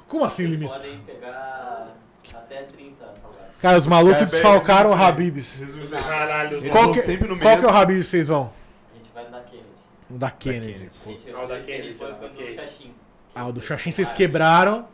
Speaker 1: Como assim,
Speaker 7: vocês
Speaker 1: limita?
Speaker 7: podem pegar até 30 salgados.
Speaker 1: Cara, os malucos
Speaker 4: Cara,
Speaker 1: desfalcaram o
Speaker 4: É bem,
Speaker 1: Habibs.
Speaker 4: Jesus,
Speaker 3: Caralho, os
Speaker 4: Eles
Speaker 1: Qual
Speaker 4: vão
Speaker 1: que,
Speaker 4: sempre no
Speaker 1: qual que é
Speaker 4: mesmo.
Speaker 1: o Habibs que vocês vão?
Speaker 7: A gente vai na Kennedy.
Speaker 1: O da Kennedy.
Speaker 7: A gente,
Speaker 3: Ah, o
Speaker 7: a
Speaker 3: da
Speaker 7: vez que a
Speaker 3: Kennedy,
Speaker 7: gente foi, foi
Speaker 3: ok.
Speaker 7: no Xaxim.
Speaker 1: Ah, o do Xoxin vocês quebraram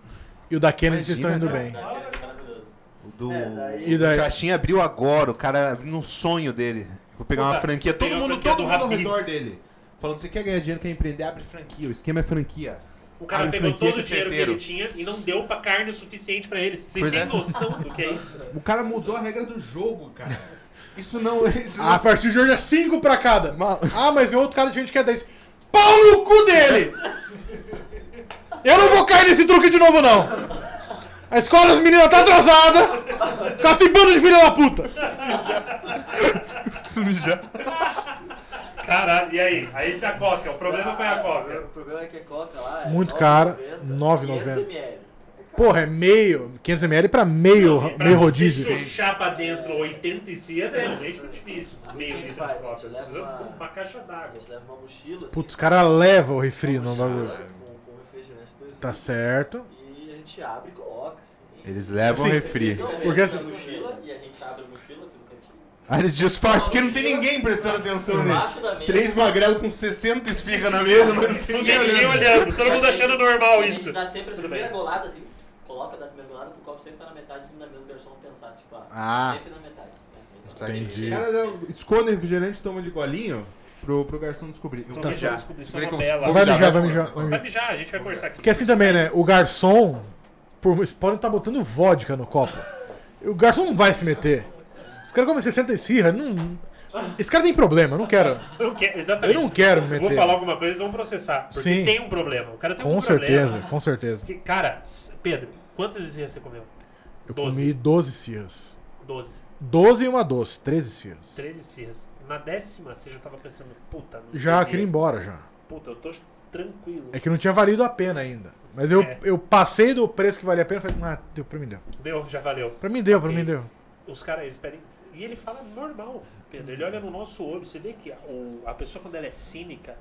Speaker 1: e o da Kennedy vocês estão indo bem.
Speaker 7: Da Kennedy, maravilhoso.
Speaker 4: O do.
Speaker 7: É, daí-
Speaker 1: E
Speaker 4: O
Speaker 1: daí?
Speaker 4: Chaxinha abriu agora, o cara abriu um sonho dele. Vou pegar uma
Speaker 3: Puta,
Speaker 4: franquia, todo
Speaker 3: pegar uma
Speaker 4: mundo,
Speaker 3: franquia
Speaker 4: todo
Speaker 3: do
Speaker 4: mundo ao
Speaker 3: Habib's.
Speaker 4: redor dele. Falando, você quer ganhar dinheiro, quer empreender, abre franquia. O esquema é franquia.
Speaker 3: O cara
Speaker 4: Abre
Speaker 3: pegou
Speaker 4: franquia
Speaker 3: todo o
Speaker 4: com
Speaker 3: dinheiro
Speaker 4: certeiro.
Speaker 3: que ele tinha e não deu pra carne o suficiente pra eles. Vocês
Speaker 4: Pois
Speaker 3: têm
Speaker 4: é.
Speaker 3: noção do que é isso?
Speaker 4: O cara mudou a regra do jogo, cara. Isso não. Isso
Speaker 1: A partir de hoje é 5 pra cada.
Speaker 4: Mal-
Speaker 1: Ah, mas o outro cara de gente quer 10. Pau no cu dele! Eu não vou cair nesse truque de novo, não. A escola das meninas tá atrasada. Com esse bando de filha da puta.
Speaker 3: Caralho, e aí? Aí tá a coca, o problema foi a coca.
Speaker 7: Ah, O problema é que a coca lá é
Speaker 1: Muito
Speaker 7: 9,90,
Speaker 1: cara, 9,90.
Speaker 7: 500 ml.
Speaker 1: Porra, é meio. 500ml pra meio,
Speaker 3: E pra
Speaker 1: meio
Speaker 3: Você
Speaker 1: rodízio.
Speaker 3: chuchar pra dentro 80 esfias é realmente difícil. Meio
Speaker 7: que a gente
Speaker 3: litro de
Speaker 7: faz?
Speaker 3: coca.
Speaker 7: A
Speaker 3: Você
Speaker 7: gente
Speaker 3: precisa
Speaker 7: leva uma-
Speaker 3: de uma caixa
Speaker 7: A
Speaker 3: d'água.
Speaker 7: gente leva uma mochila, assim,
Speaker 1: Putz, os caras levam o refri
Speaker 7: uma
Speaker 1: no
Speaker 7: mochila
Speaker 1: bagulho.
Speaker 7: Com, com refrigerante, dois
Speaker 1: Tá
Speaker 7: litros.
Speaker 1: certo.
Speaker 7: E a gente abre e coloca, assim.
Speaker 4: é Eles levam
Speaker 1: Sim.
Speaker 4: refri.
Speaker 7: Não,
Speaker 1: Porque
Speaker 7: entra
Speaker 1: assim-
Speaker 7: na mochila e a gente abre a mochila aqui no cantinho.
Speaker 4: Aí Ah, eles disfarçam porque não tem ninguém prestando atenção nele.
Speaker 7: Embaixo da mesa.
Speaker 4: Três magrelos com 60 esfirra na mesa, mas não tem
Speaker 3: Não
Speaker 4: ninguém
Speaker 3: tem ninguém
Speaker 4: olhando.
Speaker 3: olhando, todo mundo achando normal
Speaker 7: A
Speaker 3: isso.
Speaker 7: gente dá sempre as
Speaker 3: Tudo
Speaker 7: primeiras
Speaker 3: bem.
Speaker 7: goladas, assim. Coloca das primeiras goladas, porque o copo sempre tá na metade, sempre na mesa, o garçom pensar, tipo, ah,
Speaker 4: Ah.
Speaker 7: sempre na metade. né? Então,
Speaker 1: Entendi.
Speaker 4: Os caras é, escondem refrigerante e tomam de golinho pro, pro garçom descobrir. Eu
Speaker 3: Tá
Speaker 4: vou mijar.
Speaker 3: certo.
Speaker 4: Segurei
Speaker 3: Isso
Speaker 4: com-
Speaker 3: é uma bela.
Speaker 4: vou
Speaker 1: Vai mijar, vai
Speaker 4: vou
Speaker 1: mijar, vai
Speaker 3: Vai
Speaker 1: mijar.
Speaker 3: mijar, a gente vai conversar aqui.
Speaker 1: Porque assim também, né? O garçom. Por, eles podem estar botando vodka no copo. O garçom não vai se meter. Esse cara come 60 esfirra, não. Esse cara tem problema, eu não quero.
Speaker 3: Eu quero,
Speaker 1: Eu
Speaker 3: exatamente.
Speaker 1: não quero me
Speaker 3: Eu
Speaker 1: meter.
Speaker 3: Vou falar alguma coisa, eles vão processar. Porque
Speaker 1: Sim.
Speaker 3: tem um problema. O cara tem um
Speaker 1: Com
Speaker 3: problema.
Speaker 1: certeza, com certeza.
Speaker 3: Que- cara, s- Pedro, quantas esfias você comeu?
Speaker 1: Eu
Speaker 3: Doze.
Speaker 1: comi 12 esfirras.
Speaker 3: 12.
Speaker 1: 12 e uma doce, 13 esfirras.
Speaker 3: 13 esfias. Na décima, você já tava pensando, puta, não
Speaker 1: Já
Speaker 3: sei o
Speaker 1: queria ir
Speaker 3: quê.
Speaker 1: embora já.
Speaker 3: Puta, eu tô tranquilo.
Speaker 1: É que não tinha valido a pena ainda. Mas eu,
Speaker 3: É.
Speaker 1: eu passei do preço que valia a pena e falei, ah, deu, pra mim deu.
Speaker 3: Deu, já valeu.
Speaker 1: Pra mim deu, pra
Speaker 3: Ok.
Speaker 1: mim deu.
Speaker 3: Os caras, eles pedem. E ele fala normal, Pedro. Ele olha no nosso olho. Você vê que a, o- a pessoa, quando ela é cínica,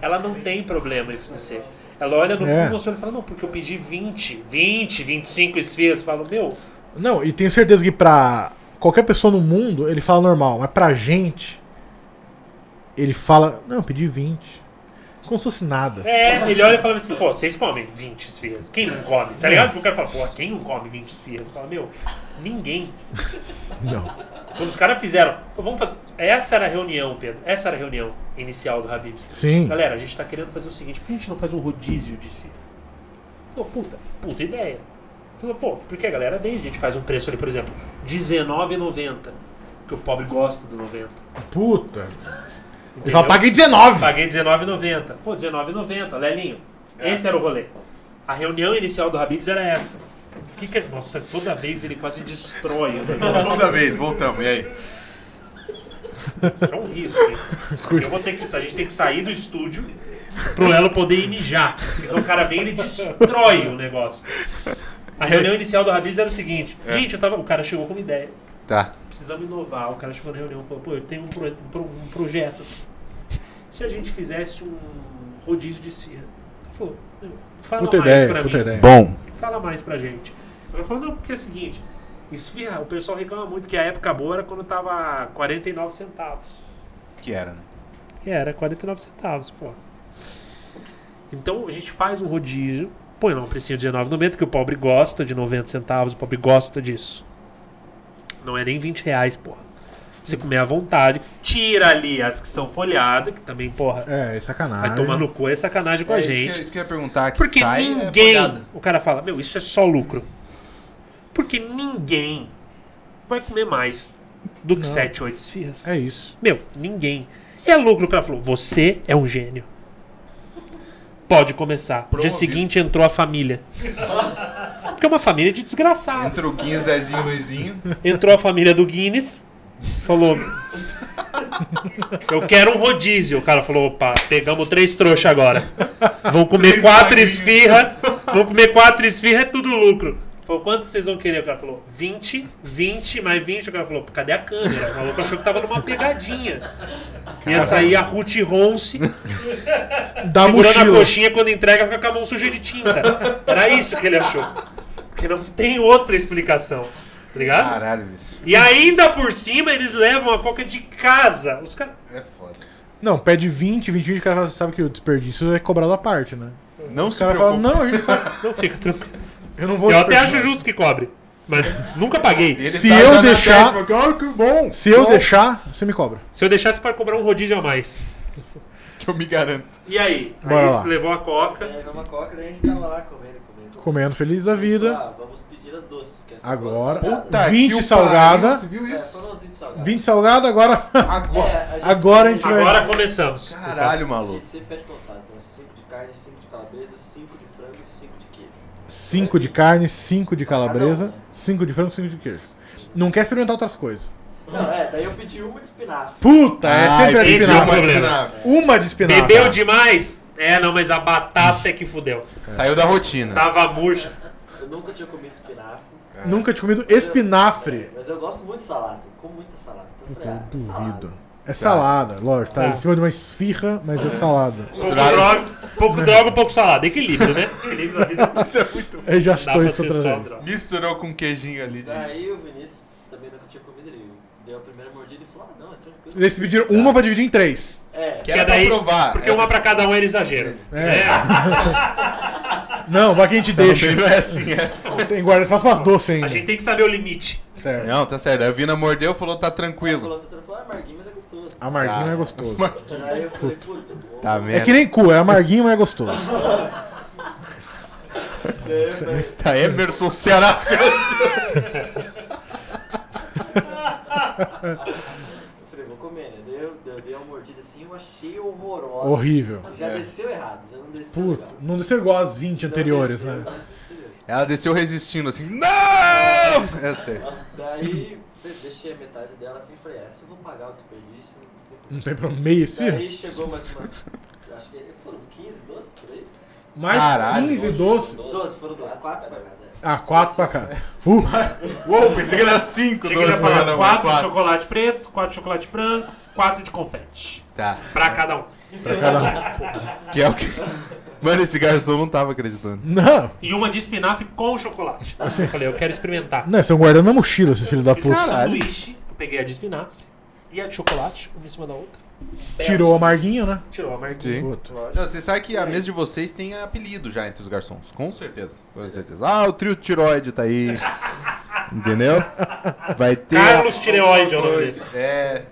Speaker 3: ela não tem problema em financeiro. Ela olha no
Speaker 1: É.
Speaker 3: fundo do nosso olho e fala: Não, porque eu pedi 20, 20, 25 esfias. Eu falo, meu,
Speaker 1: Não, e tenho certeza que pra qualquer pessoa no mundo, ele fala normal. Mas pra gente, ele fala, não, eu pedi 20. Como se fosse nada.
Speaker 3: É, ele olha e fala assim, pô, vocês comem 20 esfias. Quem não come? Tá
Speaker 1: É.
Speaker 3: ligado? Porque o cara fala, pô, quem não come 20 esfias? Fala, meu, ninguém.
Speaker 1: Não.
Speaker 3: Quando os caras fizeram, pô, vamos fazer. Essa era a reunião, Pedro. Essa era a reunião inicial do Habibs.
Speaker 1: Sim.
Speaker 3: Galera, a gente tá querendo fazer o seguinte, por que a gente não faz um rodízio de si? Pô, puta, puta ideia. Falou, pô, porque a galera vem, a gente faz um preço ali, por exemplo, R$19,90. Que o pobre gosta do 90.
Speaker 1: Puta. Eu
Speaker 3: entendeu?
Speaker 1: já paguei 19.
Speaker 3: Paguei R$19,90. Pô, R$19,90, Lelinho.
Speaker 1: É.
Speaker 3: Esse era o rolê. A reunião inicial do Habibs era essa. O Que que... Nossa, toda vez ele quase destrói o negócio.
Speaker 4: É Segunda vez, voltamos, e aí?
Speaker 3: Isso é um risco. hein? Eu vou ter que... A gente tem que sair do estúdio pro Lelo poder ir mijar. Porque senão o cara vem e ele destrói o negócio. A reunião inicial do Habibs era o seguinte.
Speaker 1: É.
Speaker 3: Gente, eu tava... o cara chegou com uma ideia.
Speaker 4: Tá.
Speaker 3: precisamos inovar. O cara chegou na reunião e falou, pô, eu tenho um, pro- um pro- um projeto. Se a gente fizesse um rodízio de esfirra? Ele falou, "Meu, fala
Speaker 1: Puta
Speaker 3: mais
Speaker 1: ideia,
Speaker 3: pra
Speaker 1: puta
Speaker 3: mim.
Speaker 1: ideia.
Speaker 4: Bom.
Speaker 3: Fala mais pra gente. Ela falou, não, porque é o seguinte, esfirra, o pessoal reclama muito que a época boa era quando tava 49 centavos.
Speaker 4: Que era, né?
Speaker 3: E era 49 centavos, pô. Então a gente faz um rodízio Põe lá um precinho de 19,90 que o pobre gosta de 90 centavos, o pobre gosta disso. Não é nem 20 reais, porra. Você comer à vontade. Tira ali as que são folhadas, que também, porra,
Speaker 1: É, é
Speaker 3: vai
Speaker 1: sacanagem.
Speaker 3: tomar no cu, é sacanagem com
Speaker 4: Ah, É
Speaker 3: a
Speaker 4: isso que-
Speaker 3: gente.
Speaker 4: isso que eu ia perguntar. Que
Speaker 3: Porque
Speaker 4: sai é
Speaker 3: ninguém.
Speaker 4: folhada.
Speaker 3: o cara fala, meu, isso é só lucro. Porque ninguém vai comer mais do que 7, 8 esfirras.
Speaker 1: É isso.
Speaker 3: Meu, ninguém. E é lucro, o cara falou, você é um gênio. Pode começar. Dia
Speaker 4: Promovido.
Speaker 3: seguinte entrou a família. Porque é uma família de desgraçado.
Speaker 4: Entra o Guinho, Zezinho, Luizinho.
Speaker 3: Entrou a família do Guinness, falou. Eu quero um rodízio. O cara falou: opa, pegamos três trouxas agora. Vão comer
Speaker 4: Três
Speaker 3: quatro
Speaker 4: vaguinhas.
Speaker 3: esfirra. Vão comer quatro esfirra, é tudo lucro. Falou, quanto vocês vão querer? O cara falou, 20, 20, mais 20. O cara falou, "Pô, cadê a câmera? O maluco achou que tava numa pegadinha. Ia sair a Ruth Ronce
Speaker 1: Dá
Speaker 3: segurando a
Speaker 1: mochila.
Speaker 3: coxinha quando entrega fica com a mão suja de tinta. Era isso que ele achou. Porque não tem outra explicação. Tá ligado?
Speaker 4: Caralho, bicho.
Speaker 3: E ainda por cima eles levam a coca de casa. Os caras.
Speaker 4: É foda.
Speaker 1: Não, pede 20, 20, 20, o cara fala, sabe que o desperdício é cobrado à parte, né?
Speaker 4: Não
Speaker 1: O
Speaker 4: se
Speaker 1: cara
Speaker 4: preocupe.
Speaker 1: fala, não, a gente sabe.
Speaker 3: Não fica tranquilo.
Speaker 1: Eu não vou
Speaker 3: Eu até acho
Speaker 1: desperdiçar.
Speaker 3: justo que cobre. Mas nunca paguei.
Speaker 4: Ele
Speaker 1: se
Speaker 4: tá
Speaker 1: eu
Speaker 4: já na
Speaker 1: deixar-
Speaker 4: décima, que, "Ah, que bom.
Speaker 1: Se eu
Speaker 4: Bom,
Speaker 1: deixar, você me cobra.
Speaker 3: Se eu deixasse para cobrar um rodízio a mais.
Speaker 4: Que eu me garanto.
Speaker 3: E aí?
Speaker 1: Bora
Speaker 3: aí
Speaker 1: lá.
Speaker 3: você levou a coca.
Speaker 7: É, numa coca, daí a gente tava lá comendo, comendo.
Speaker 1: Comendo feliz da vida.
Speaker 7: Ah, vamos pedir as doces. Que é
Speaker 1: Agora.
Speaker 7: doce,
Speaker 4: Puta
Speaker 1: 20
Speaker 4: que o
Speaker 1: salgada.
Speaker 4: pariu, Você viu
Speaker 7: É,
Speaker 4: isso?
Speaker 7: pãozinho de salgado.
Speaker 1: 20 salgado, agora.
Speaker 7: É,
Speaker 4: Agora.
Speaker 7: a gente
Speaker 1: Agora a gente
Speaker 7: sempre-
Speaker 1: vai-
Speaker 3: Agora começamos.
Speaker 4: Caralho,
Speaker 7: A gente
Speaker 4: maluco.
Speaker 7: sempre pede contado. Então, 5 de carne, 5 de calabresa, 5 de frango e 5 de queijo.
Speaker 1: 5 de carne, 5 de calabresa,
Speaker 7: Cada um, né?
Speaker 1: 5 de frango, 5 de queijo. Não quer experimentar outras coisas.
Speaker 7: Não, é, daí eu pedi uma de espinafre.
Speaker 1: Puta, é
Speaker 4: Ah,
Speaker 1: sempre a de
Speaker 3: esse é o
Speaker 1: espinafre.
Speaker 3: problema.
Speaker 1: Uma de espinafre.
Speaker 3: Bebeu demais? É, não, mas a batata é que fudeu.
Speaker 4: Saiu da rotina.
Speaker 3: Tava murcha.
Speaker 7: Eu nunca tinha comido espinafre.
Speaker 1: Nunca tinha comido
Speaker 7: Eu-
Speaker 1: espinafre.
Speaker 7: é, Mas eu gosto muito de salada. Eu como muita salada. Então,
Speaker 1: Puta,
Speaker 7: eu
Speaker 1: eu
Speaker 7: falei, ah,
Speaker 1: duvido.
Speaker 7: salada.
Speaker 1: É salada, lógico, tá em cima de uma esfirra, mas é salada.
Speaker 3: Pouco droga,
Speaker 1: Né.
Speaker 3: pouco droga, pouco salada. Equilíbrio, né? Equilíbrio da vida.
Speaker 4: Isso é muito bom.
Speaker 1: Eu já
Speaker 3: Dá
Speaker 1: estou
Speaker 3: pra
Speaker 1: isso
Speaker 3: ser
Speaker 1: outra
Speaker 3: só
Speaker 1: vez.
Speaker 3: droga.
Speaker 4: Misturou com queijinho ali. de-
Speaker 7: Daí o Vinícius também nunca tinha comido. Ele deu a primeira mordida e falou: Ah, não, é tranquilo.
Speaker 1: Eles
Speaker 3: Tá.
Speaker 1: pediram um uma pra dividir em três.
Speaker 7: É,
Speaker 4: Que
Speaker 3: Que
Speaker 4: era pra
Speaker 3: daí-
Speaker 4: provar. É.
Speaker 3: Porque uma pra cada um era exagero.
Speaker 1: É. Não, vai que a gente
Speaker 4: deixa.
Speaker 1: deixa.
Speaker 4: Não é assim, é.
Speaker 1: Tem guarda, eles fazem umas doces ainda.
Speaker 3: Tá A gente tem que saber o limite.
Speaker 1: Certo.
Speaker 4: Não, tá certo. Aí A Vina mordeu e falou, tá
Speaker 7: ele
Speaker 4: tranquilo.
Speaker 7: falou: "Tu falou, é amarguinho, mas é gostoso.
Speaker 1: Amarguinho
Speaker 4: Ah.
Speaker 1: é gostoso.
Speaker 7: Daí eu falei: Puta, bom.
Speaker 4: Tá
Speaker 1: É
Speaker 4: merda.
Speaker 1: que nem cu, é amarguinho, mas é gostoso.
Speaker 7: Daí eu falei,
Speaker 4: Tá Emerson Ceará.
Speaker 7: eu falei, Vou comer, né? Daí eu, eu dei uma mordida assim, eu achei horrorosa.
Speaker 1: Horrível.
Speaker 7: Já
Speaker 4: É.
Speaker 7: desceu errado, já não desceu.
Speaker 1: Putz,
Speaker 7: legal.
Speaker 1: não desceu igual as 20
Speaker 7: Não
Speaker 1: anteriores,
Speaker 7: desceu,
Speaker 1: né?
Speaker 7: não desceu.
Speaker 4: Ela desceu resistindo assim. Não! Essa é.
Speaker 7: Daí eu deixei a metade dela assim e falei, essa eu vou pagar o desperdício. não tem problema.
Speaker 1: Não tem problema. Meia esfirra?
Speaker 7: Daí chegou mais umas. Acho que foram 15, 12 por aí?
Speaker 1: Mais
Speaker 4: Caralho.
Speaker 1: 15, 12.
Speaker 7: 12, foram 12, 4 pra cada.
Speaker 1: Ah, 4 pra cá. Uh,
Speaker 4: Uou, pensei que era 5,
Speaker 3: Tinha que
Speaker 4: 12
Speaker 3: dar
Speaker 4: pra
Speaker 3: pra
Speaker 4: cada
Speaker 3: lá
Speaker 4: um.
Speaker 3: 4 de
Speaker 4: Quatro.
Speaker 3: chocolate preto, 4 de chocolate branco, 4 de confete.
Speaker 4: Tá.
Speaker 3: Pra cada um.
Speaker 1: pra cada um.
Speaker 4: Que é o que. Mano, esse garçom não tava acreditando.
Speaker 1: Não,
Speaker 3: E uma de espinafre com chocolate. Eu falei, eu quero experimentar.
Speaker 1: Ah. não, estão guardando na mochila, esses filhos da
Speaker 3: Fiz um
Speaker 1: puta.
Speaker 4: Caralho.
Speaker 3: sanduíche, eu peguei a de espinafre e a de chocolate, uma em cima da outra.
Speaker 1: Tirou a amarguinha, né?
Speaker 3: Tirou a marquinha.
Speaker 4: Sim.
Speaker 1: Puta.
Speaker 4: Não, você sabe que a
Speaker 3: É.
Speaker 4: mesa de vocês tem apelido já entre os garçons. Com certeza.
Speaker 3: É.
Speaker 4: Com certeza. Ah, o trio tiroide tá aí. Entendeu? Vai ter. a-
Speaker 3: Carlos Tireoide é o nome dele.
Speaker 4: É.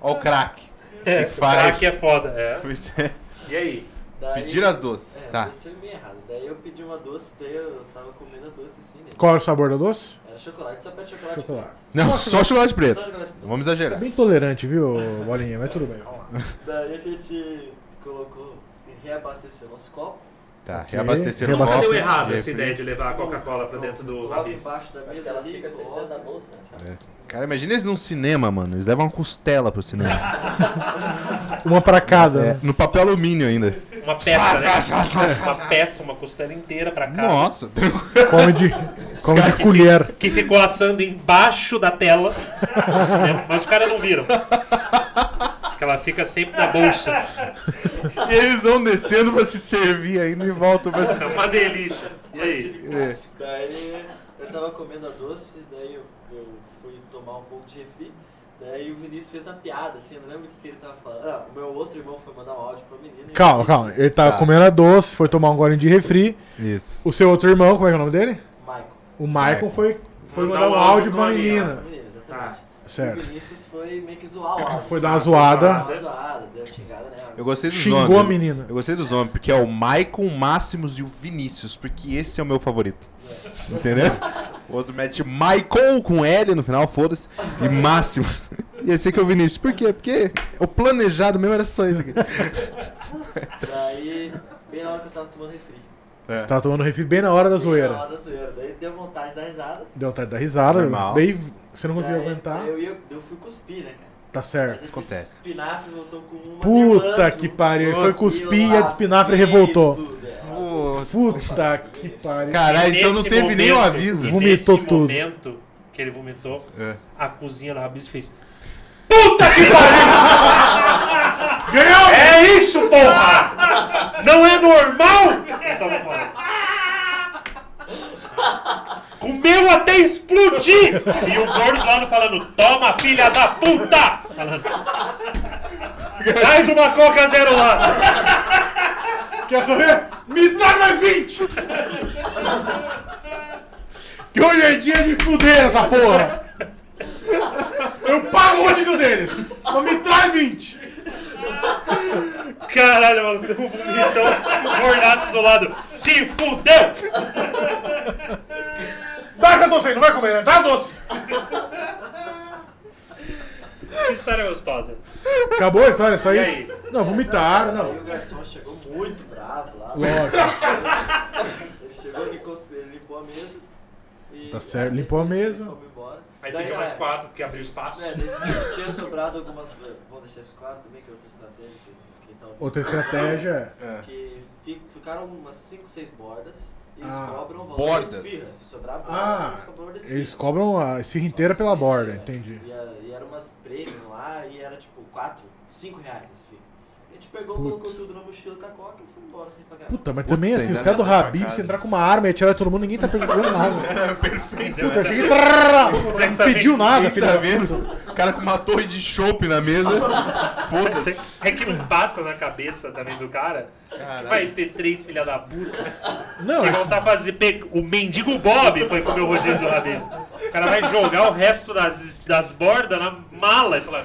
Speaker 4: Ó o crack.
Speaker 3: É,
Speaker 4: que faz?
Speaker 3: Aqui é foda. É.
Speaker 4: Pois é.
Speaker 3: E aí?
Speaker 7: Daí,
Speaker 4: Pediram as doces.
Speaker 7: É,
Speaker 4: Tá.
Speaker 7: desceu meio errado. Daí eu pedi uma doce, daí eu tava comendo a doce assim, né?
Speaker 1: Qual era o sabor da doce?
Speaker 7: Era chocolate, só pede chocolate.
Speaker 1: Chocolate.
Speaker 4: Não, só chocolate preto.
Speaker 7: Só chocolate preto.
Speaker 4: Não vamos
Speaker 1: Você é
Speaker 4: exagerar.
Speaker 1: bem tolerante, viu, Bolinha? Mas tudo bem, vamos lá.
Speaker 7: Daí a gente colocou, reabasteceu nosso copo,
Speaker 4: Tá,
Speaker 1: Ok.
Speaker 4: reabasteceram o
Speaker 1: Nunca
Speaker 3: Nunca
Speaker 1: Nossa,
Speaker 3: deu
Speaker 4: nosso,
Speaker 3: errado
Speaker 4: e
Speaker 3: essa
Speaker 4: aí,
Speaker 3: ideia de levar a Coca-Cola pra dentro do
Speaker 7: coloca
Speaker 3: Habib's.
Speaker 7: embaixo da
Speaker 8: Mas
Speaker 7: mesa
Speaker 8: ela
Speaker 7: ali,
Speaker 8: fica sempre
Speaker 7: coloca.
Speaker 8: dentro da bolsa, né?
Speaker 4: Cara, imagina eles num cinema, mano. Eles levam uma costela pro cinema.
Speaker 1: Uma pra cada.
Speaker 4: É,
Speaker 1: né?
Speaker 4: no papel alumínio ainda.
Speaker 3: Uma peça, né? Uma peça, uma costela inteira pra cá.
Speaker 4: Nossa, tranquilo.
Speaker 1: Come de, come de colher.
Speaker 3: que ficou assando embaixo da tela. né? Mas os caras não viram. Que ela fica sempre na bolsa.
Speaker 4: E eles vão descendo pra se servir ainda e voltam pra se
Speaker 3: É uma delícia. E aí?
Speaker 4: servir.
Speaker 7: Daí eu tava comendo a doce, daí eu, eu fui tomar um pouco de refri. Daí o Vinícius fez uma piada, assim, eu não lembro o que, que ele tava falando. Ah, o meu outro irmão foi mandar um áudio pra menina. e
Speaker 1: Calma,
Speaker 7: eu
Speaker 1: calma.
Speaker 7: disse,
Speaker 1: Ele tá
Speaker 2: Tá.
Speaker 1: comendo a doce, foi tomar um gole de refri.
Speaker 2: Isso.
Speaker 1: O seu outro irmão, como é que é o nome dele?
Speaker 7: Michael.
Speaker 1: O Michael
Speaker 2: Michael.
Speaker 1: foi, foi
Speaker 3: Mandar
Speaker 1: mandar um
Speaker 3: um
Speaker 1: áudio
Speaker 3: áudio pra
Speaker 1: pra
Speaker 3: uma
Speaker 1: menina. Ah,
Speaker 7: Menina,
Speaker 3: Tá.
Speaker 7: exatamente. E O
Speaker 1: Certo.
Speaker 7: Vinícius foi meio que zoar o áudio.
Speaker 1: Foi dar uma
Speaker 7: sabe?
Speaker 1: zoada.
Speaker 7: Deu uma zoada, deu uma xingada, né?
Speaker 4: Eu gostei dos
Speaker 1: Xingou
Speaker 4: nomes.
Speaker 1: a menina.
Speaker 4: Eu gostei dos nomes, porque é o Maicon, Máximos e o Vinícius, porque esse é o meu favorito. Entendeu? O outro mete Maicon com L no final, foda-se, e Máximo. E esse aqui é o Vinícius. Por quê? Porque o planejado mesmo era só isso aqui.
Speaker 7: Daí, bem na hora que eu tava tomando refri.
Speaker 3: É.
Speaker 1: Você tava tomando refri bem na hora da
Speaker 7: Bem na
Speaker 1: zoeira.
Speaker 7: hora da zoeira. Daí deu vontade de dar risada.
Speaker 1: Deu vontade da risada.
Speaker 4: Normal.
Speaker 1: Daí você não conseguiu
Speaker 7: Daí,
Speaker 1: aguentar.
Speaker 7: Eu, ia- eu fui cuspir, né, cara?
Speaker 1: Tá
Speaker 7: Mas
Speaker 1: certo.
Speaker 7: é que
Speaker 4: acontece.
Speaker 7: esse Espinafre voltou com um uma
Speaker 1: Puta que pariu. Ele foi cuspir e a de espinafre revoltou.
Speaker 7: é.
Speaker 1: Puta que pariu.
Speaker 4: Caralho, então não
Speaker 3: É Nesse
Speaker 4: teve nem o
Speaker 3: momento-
Speaker 4: aviso.
Speaker 3: e
Speaker 1: Vomitou
Speaker 3: nesse
Speaker 1: tudo.
Speaker 3: momento que ele vomitou,
Speaker 4: É.
Speaker 3: a cozinha da Rabis fez.
Speaker 1: Ganhou!
Speaker 3: É isso, porra! Não é normal! Estava falando. Comeu até explodir! E o gordo lá no falando, toma, filha da puta! Falando. Traz uma coca zero lá!
Speaker 1: Quer saber? Me dá mais 20! que hoje é dia de fuder essa porra! Eu pago o rodízio deles! Mas me traz 20!
Speaker 3: Caralho, mano, deu um vomitão, um gordaço do lado. Se fudeu!
Speaker 1: Dá essa doce aí, não vai comer, né? Dá a doce!
Speaker 3: Que história gostosa.
Speaker 1: Acabou a história, só
Speaker 3: E
Speaker 1: isso?
Speaker 3: aí?
Speaker 1: Não, vomitaram,
Speaker 7: Aí o
Speaker 1: não.
Speaker 7: garçom chegou muito bravo lá.
Speaker 1: Lógico,
Speaker 7: Ele chegou, limpou, ele limpou a mesa. e-
Speaker 1: Tá certo, limpou a mesa.
Speaker 7: Fomos embora.
Speaker 3: Aí
Speaker 7: Daí,
Speaker 3: pediu mais
Speaker 7: é,
Speaker 3: quatro, porque abriu espaço.
Speaker 7: É, desse- tinha sobrado algumas. Vou deixar esse quarto também, que é outra estratégia que, que tá ouvindo.
Speaker 1: outra estratégia é.
Speaker 7: Que fi- ficaram umas 5, 6 bordas. E eles
Speaker 1: Ah,
Speaker 7: cobram o valor
Speaker 4: bordas.
Speaker 7: da esfirra. Se sobrar borda,
Speaker 1: Ah,
Speaker 7: eles cobram o valor da esfirra.
Speaker 1: Eles cobram a esfirra inteira pela borda, entendi.
Speaker 7: E, a- e era umas prêmios lá e era tipo 4, 5 reais esse filho. A gente pegou,
Speaker 1: Putz.
Speaker 7: colocou tudo na mochila com a coca e foi embora sem pagar.
Speaker 1: Puta, mas também
Speaker 4: Puta,
Speaker 1: assim, os
Speaker 4: ainda
Speaker 1: caras do
Speaker 4: não tá pra
Speaker 1: Rabib,
Speaker 4: casa.
Speaker 1: se entrar com uma arma e atirar em todo mundo, ninguém tá perguntando nada.
Speaker 3: Mas
Speaker 1: Puta,
Speaker 3: é
Speaker 1: eu
Speaker 3: era-
Speaker 1: cheguei. trrr, Não pediu nada,
Speaker 4: Quem
Speaker 1: filho
Speaker 4: tá
Speaker 1: da
Speaker 4: vendo?
Speaker 1: puta.
Speaker 4: O cara com uma torre de chopp na mesa. Foda-se.
Speaker 3: É que não passa na cabeça também do cara que vai ter três filha da puta
Speaker 1: Não,
Speaker 3: que vão tá fazendo. pe- O mendigo Bob foi comer o rodízio lá deles. O cara vai jogar o resto das, das bordas na mala e falar.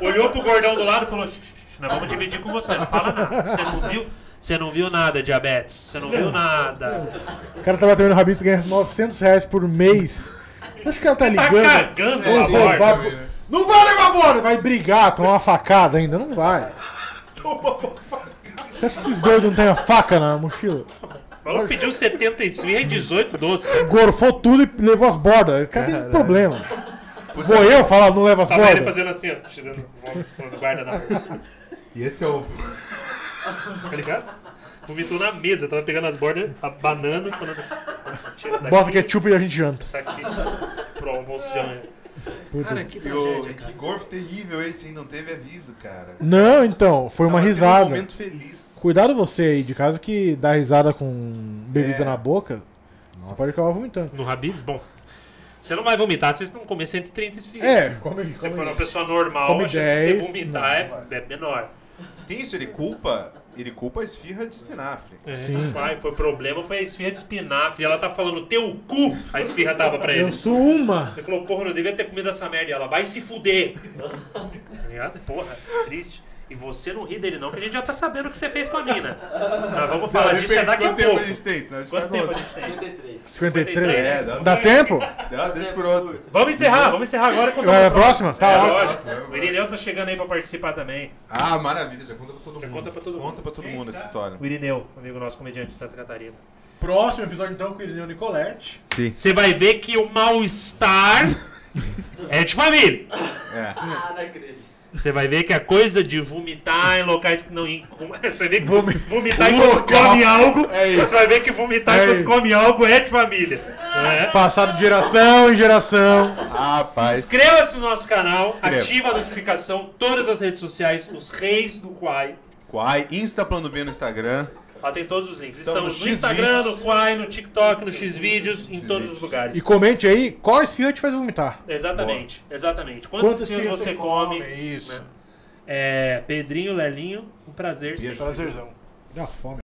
Speaker 3: Olhou pro gordão do lado e falou: "Shh, shh, shh, Nós vamos dividir com você, não fala nada. Você não viu? Você não viu nada, diabetes. Você não viu nada.
Speaker 1: O cara trabalha também no Rabisco e ganha 900 reais por mês. Você acha que ela tá
Speaker 3: Tá
Speaker 1: ligando?
Speaker 3: cagando né,
Speaker 1: Vou
Speaker 3: a
Speaker 1: roubar-
Speaker 3: borda.
Speaker 1: Não vai levar borda! Vai brigar, tomar uma facada ainda? Não vai. Você acha que esses dois não têm a faca na mochila?
Speaker 3: Falou que pediu 70 esfirra e é 18 doces.
Speaker 1: Gorfou tudo e levou as bordas. O cara tem problema. Vou eu falar, não leva as
Speaker 3: Tava ele
Speaker 1: bordas?
Speaker 3: fazendo assim, ó, tirando vômito, falando guarda na bolsa.
Speaker 2: E esse é o.
Speaker 3: Tá ligado? Vomitou na mesa, tava pegando as bordas, a banana e falando. Tira daqui,
Speaker 1: Bota ketchup e a gente janta.
Speaker 3: isso aqui pro almoço de amanhã.
Speaker 1: Puta.
Speaker 3: tá,
Speaker 4: Que, que, gorfo terrível esse, hein? Não teve aviso, cara.
Speaker 1: Não, então, foi uma
Speaker 4: Tava tendo Um
Speaker 1: risada.
Speaker 4: momento feliz.
Speaker 1: Cuidado você aí de casa que dá risada com
Speaker 4: É.
Speaker 1: bebida na boca. Você pode acabar vomitando.
Speaker 3: No Habibs, bom. Você não vai vomitar se você não comer 130 esfirras.
Speaker 1: É, come,
Speaker 3: Se você
Speaker 1: come.
Speaker 3: for uma pessoa normal,
Speaker 1: Come
Speaker 3: a chance de
Speaker 1: 10,
Speaker 3: você vomitar é, é menor.
Speaker 4: Tem isso, ele culpa. Ele culpa a esfirra de espinafre.
Speaker 3: É.
Speaker 1: Sim.
Speaker 3: Pai, foi problema, foi a esfirra de espinafre. Ela tá falando teu cu, a esfirra tava pra ele.
Speaker 1: Eu sou uma.
Speaker 3: Ele falou, porra, eu não devia ter comido essa merda. E ela, vai se fuder. tá ligado? Porra, triste. E você não ri dele não, que a gente já tá sabendo o que você fez com a mina. Nós vamos falar disso é daqui a
Speaker 4: Quanto tempo
Speaker 3: pouco.
Speaker 4: a gente tem? Senão a gente
Speaker 3: Quanto
Speaker 4: vai
Speaker 3: tempo a
Speaker 4: voltar.
Speaker 3: gente tem?
Speaker 7: 53.
Speaker 1: 53.
Speaker 4: É, dá,
Speaker 1: Dá tempo?
Speaker 4: dá, deixa por outro.
Speaker 3: Vamos encerrar, vamos encerrar agora. com
Speaker 1: Vai pra próxima?
Speaker 3: É,
Speaker 1: Tá ótimo.
Speaker 3: lógico. O Irineu tá chegando aí pra participar também.
Speaker 4: Ah, maravilha, já conta pra todo
Speaker 3: Já
Speaker 4: mundo.
Speaker 3: conta pra todo mundo. tá?
Speaker 4: Conta pra todo mundo essa história.
Speaker 3: O Irineu, amigo nosso, comediante de Santa Catarina.
Speaker 1: Próximo episódio, então, com o Irineu Nicolette.
Speaker 3: Você vai ver que o mal-estar é de família.
Speaker 4: É.
Speaker 7: Ah, não acredito.
Speaker 3: Você vai ver que a coisa de vomitar em locais que não. em- Você vai ver que vomitar
Speaker 4: Um
Speaker 3: enquanto
Speaker 4: local.
Speaker 3: come algo.
Speaker 4: É isso.
Speaker 3: Você vai ver que vomitar
Speaker 1: É
Speaker 3: enquanto
Speaker 1: isso.
Speaker 3: come algo é de família. É.
Speaker 1: Passado de geração em geração.
Speaker 4: Rapaz.
Speaker 3: Inscreva-se no nosso canal,
Speaker 4: Inscreva.
Speaker 3: ativa a notificação, todas as redes sociais, os reis do Quai.
Speaker 4: Quai, Insta Plano B no Instagram.
Speaker 3: Lá tem todos os links.
Speaker 4: Estamos
Speaker 3: Estamos,
Speaker 4: no
Speaker 3: no Instagram,
Speaker 4: Xvideos.
Speaker 3: no Quai, no TikTok, no Xvideos, em todos os lugares.
Speaker 1: E comente aí qual esfirra te faz vomitar.
Speaker 3: Exatamente, exatamente. Quantos, fios você come?
Speaker 1: Isso.
Speaker 3: né? É, Pedrinho, Lelinho, um prazer. sempre.
Speaker 1: Prazerzão. Dá fome.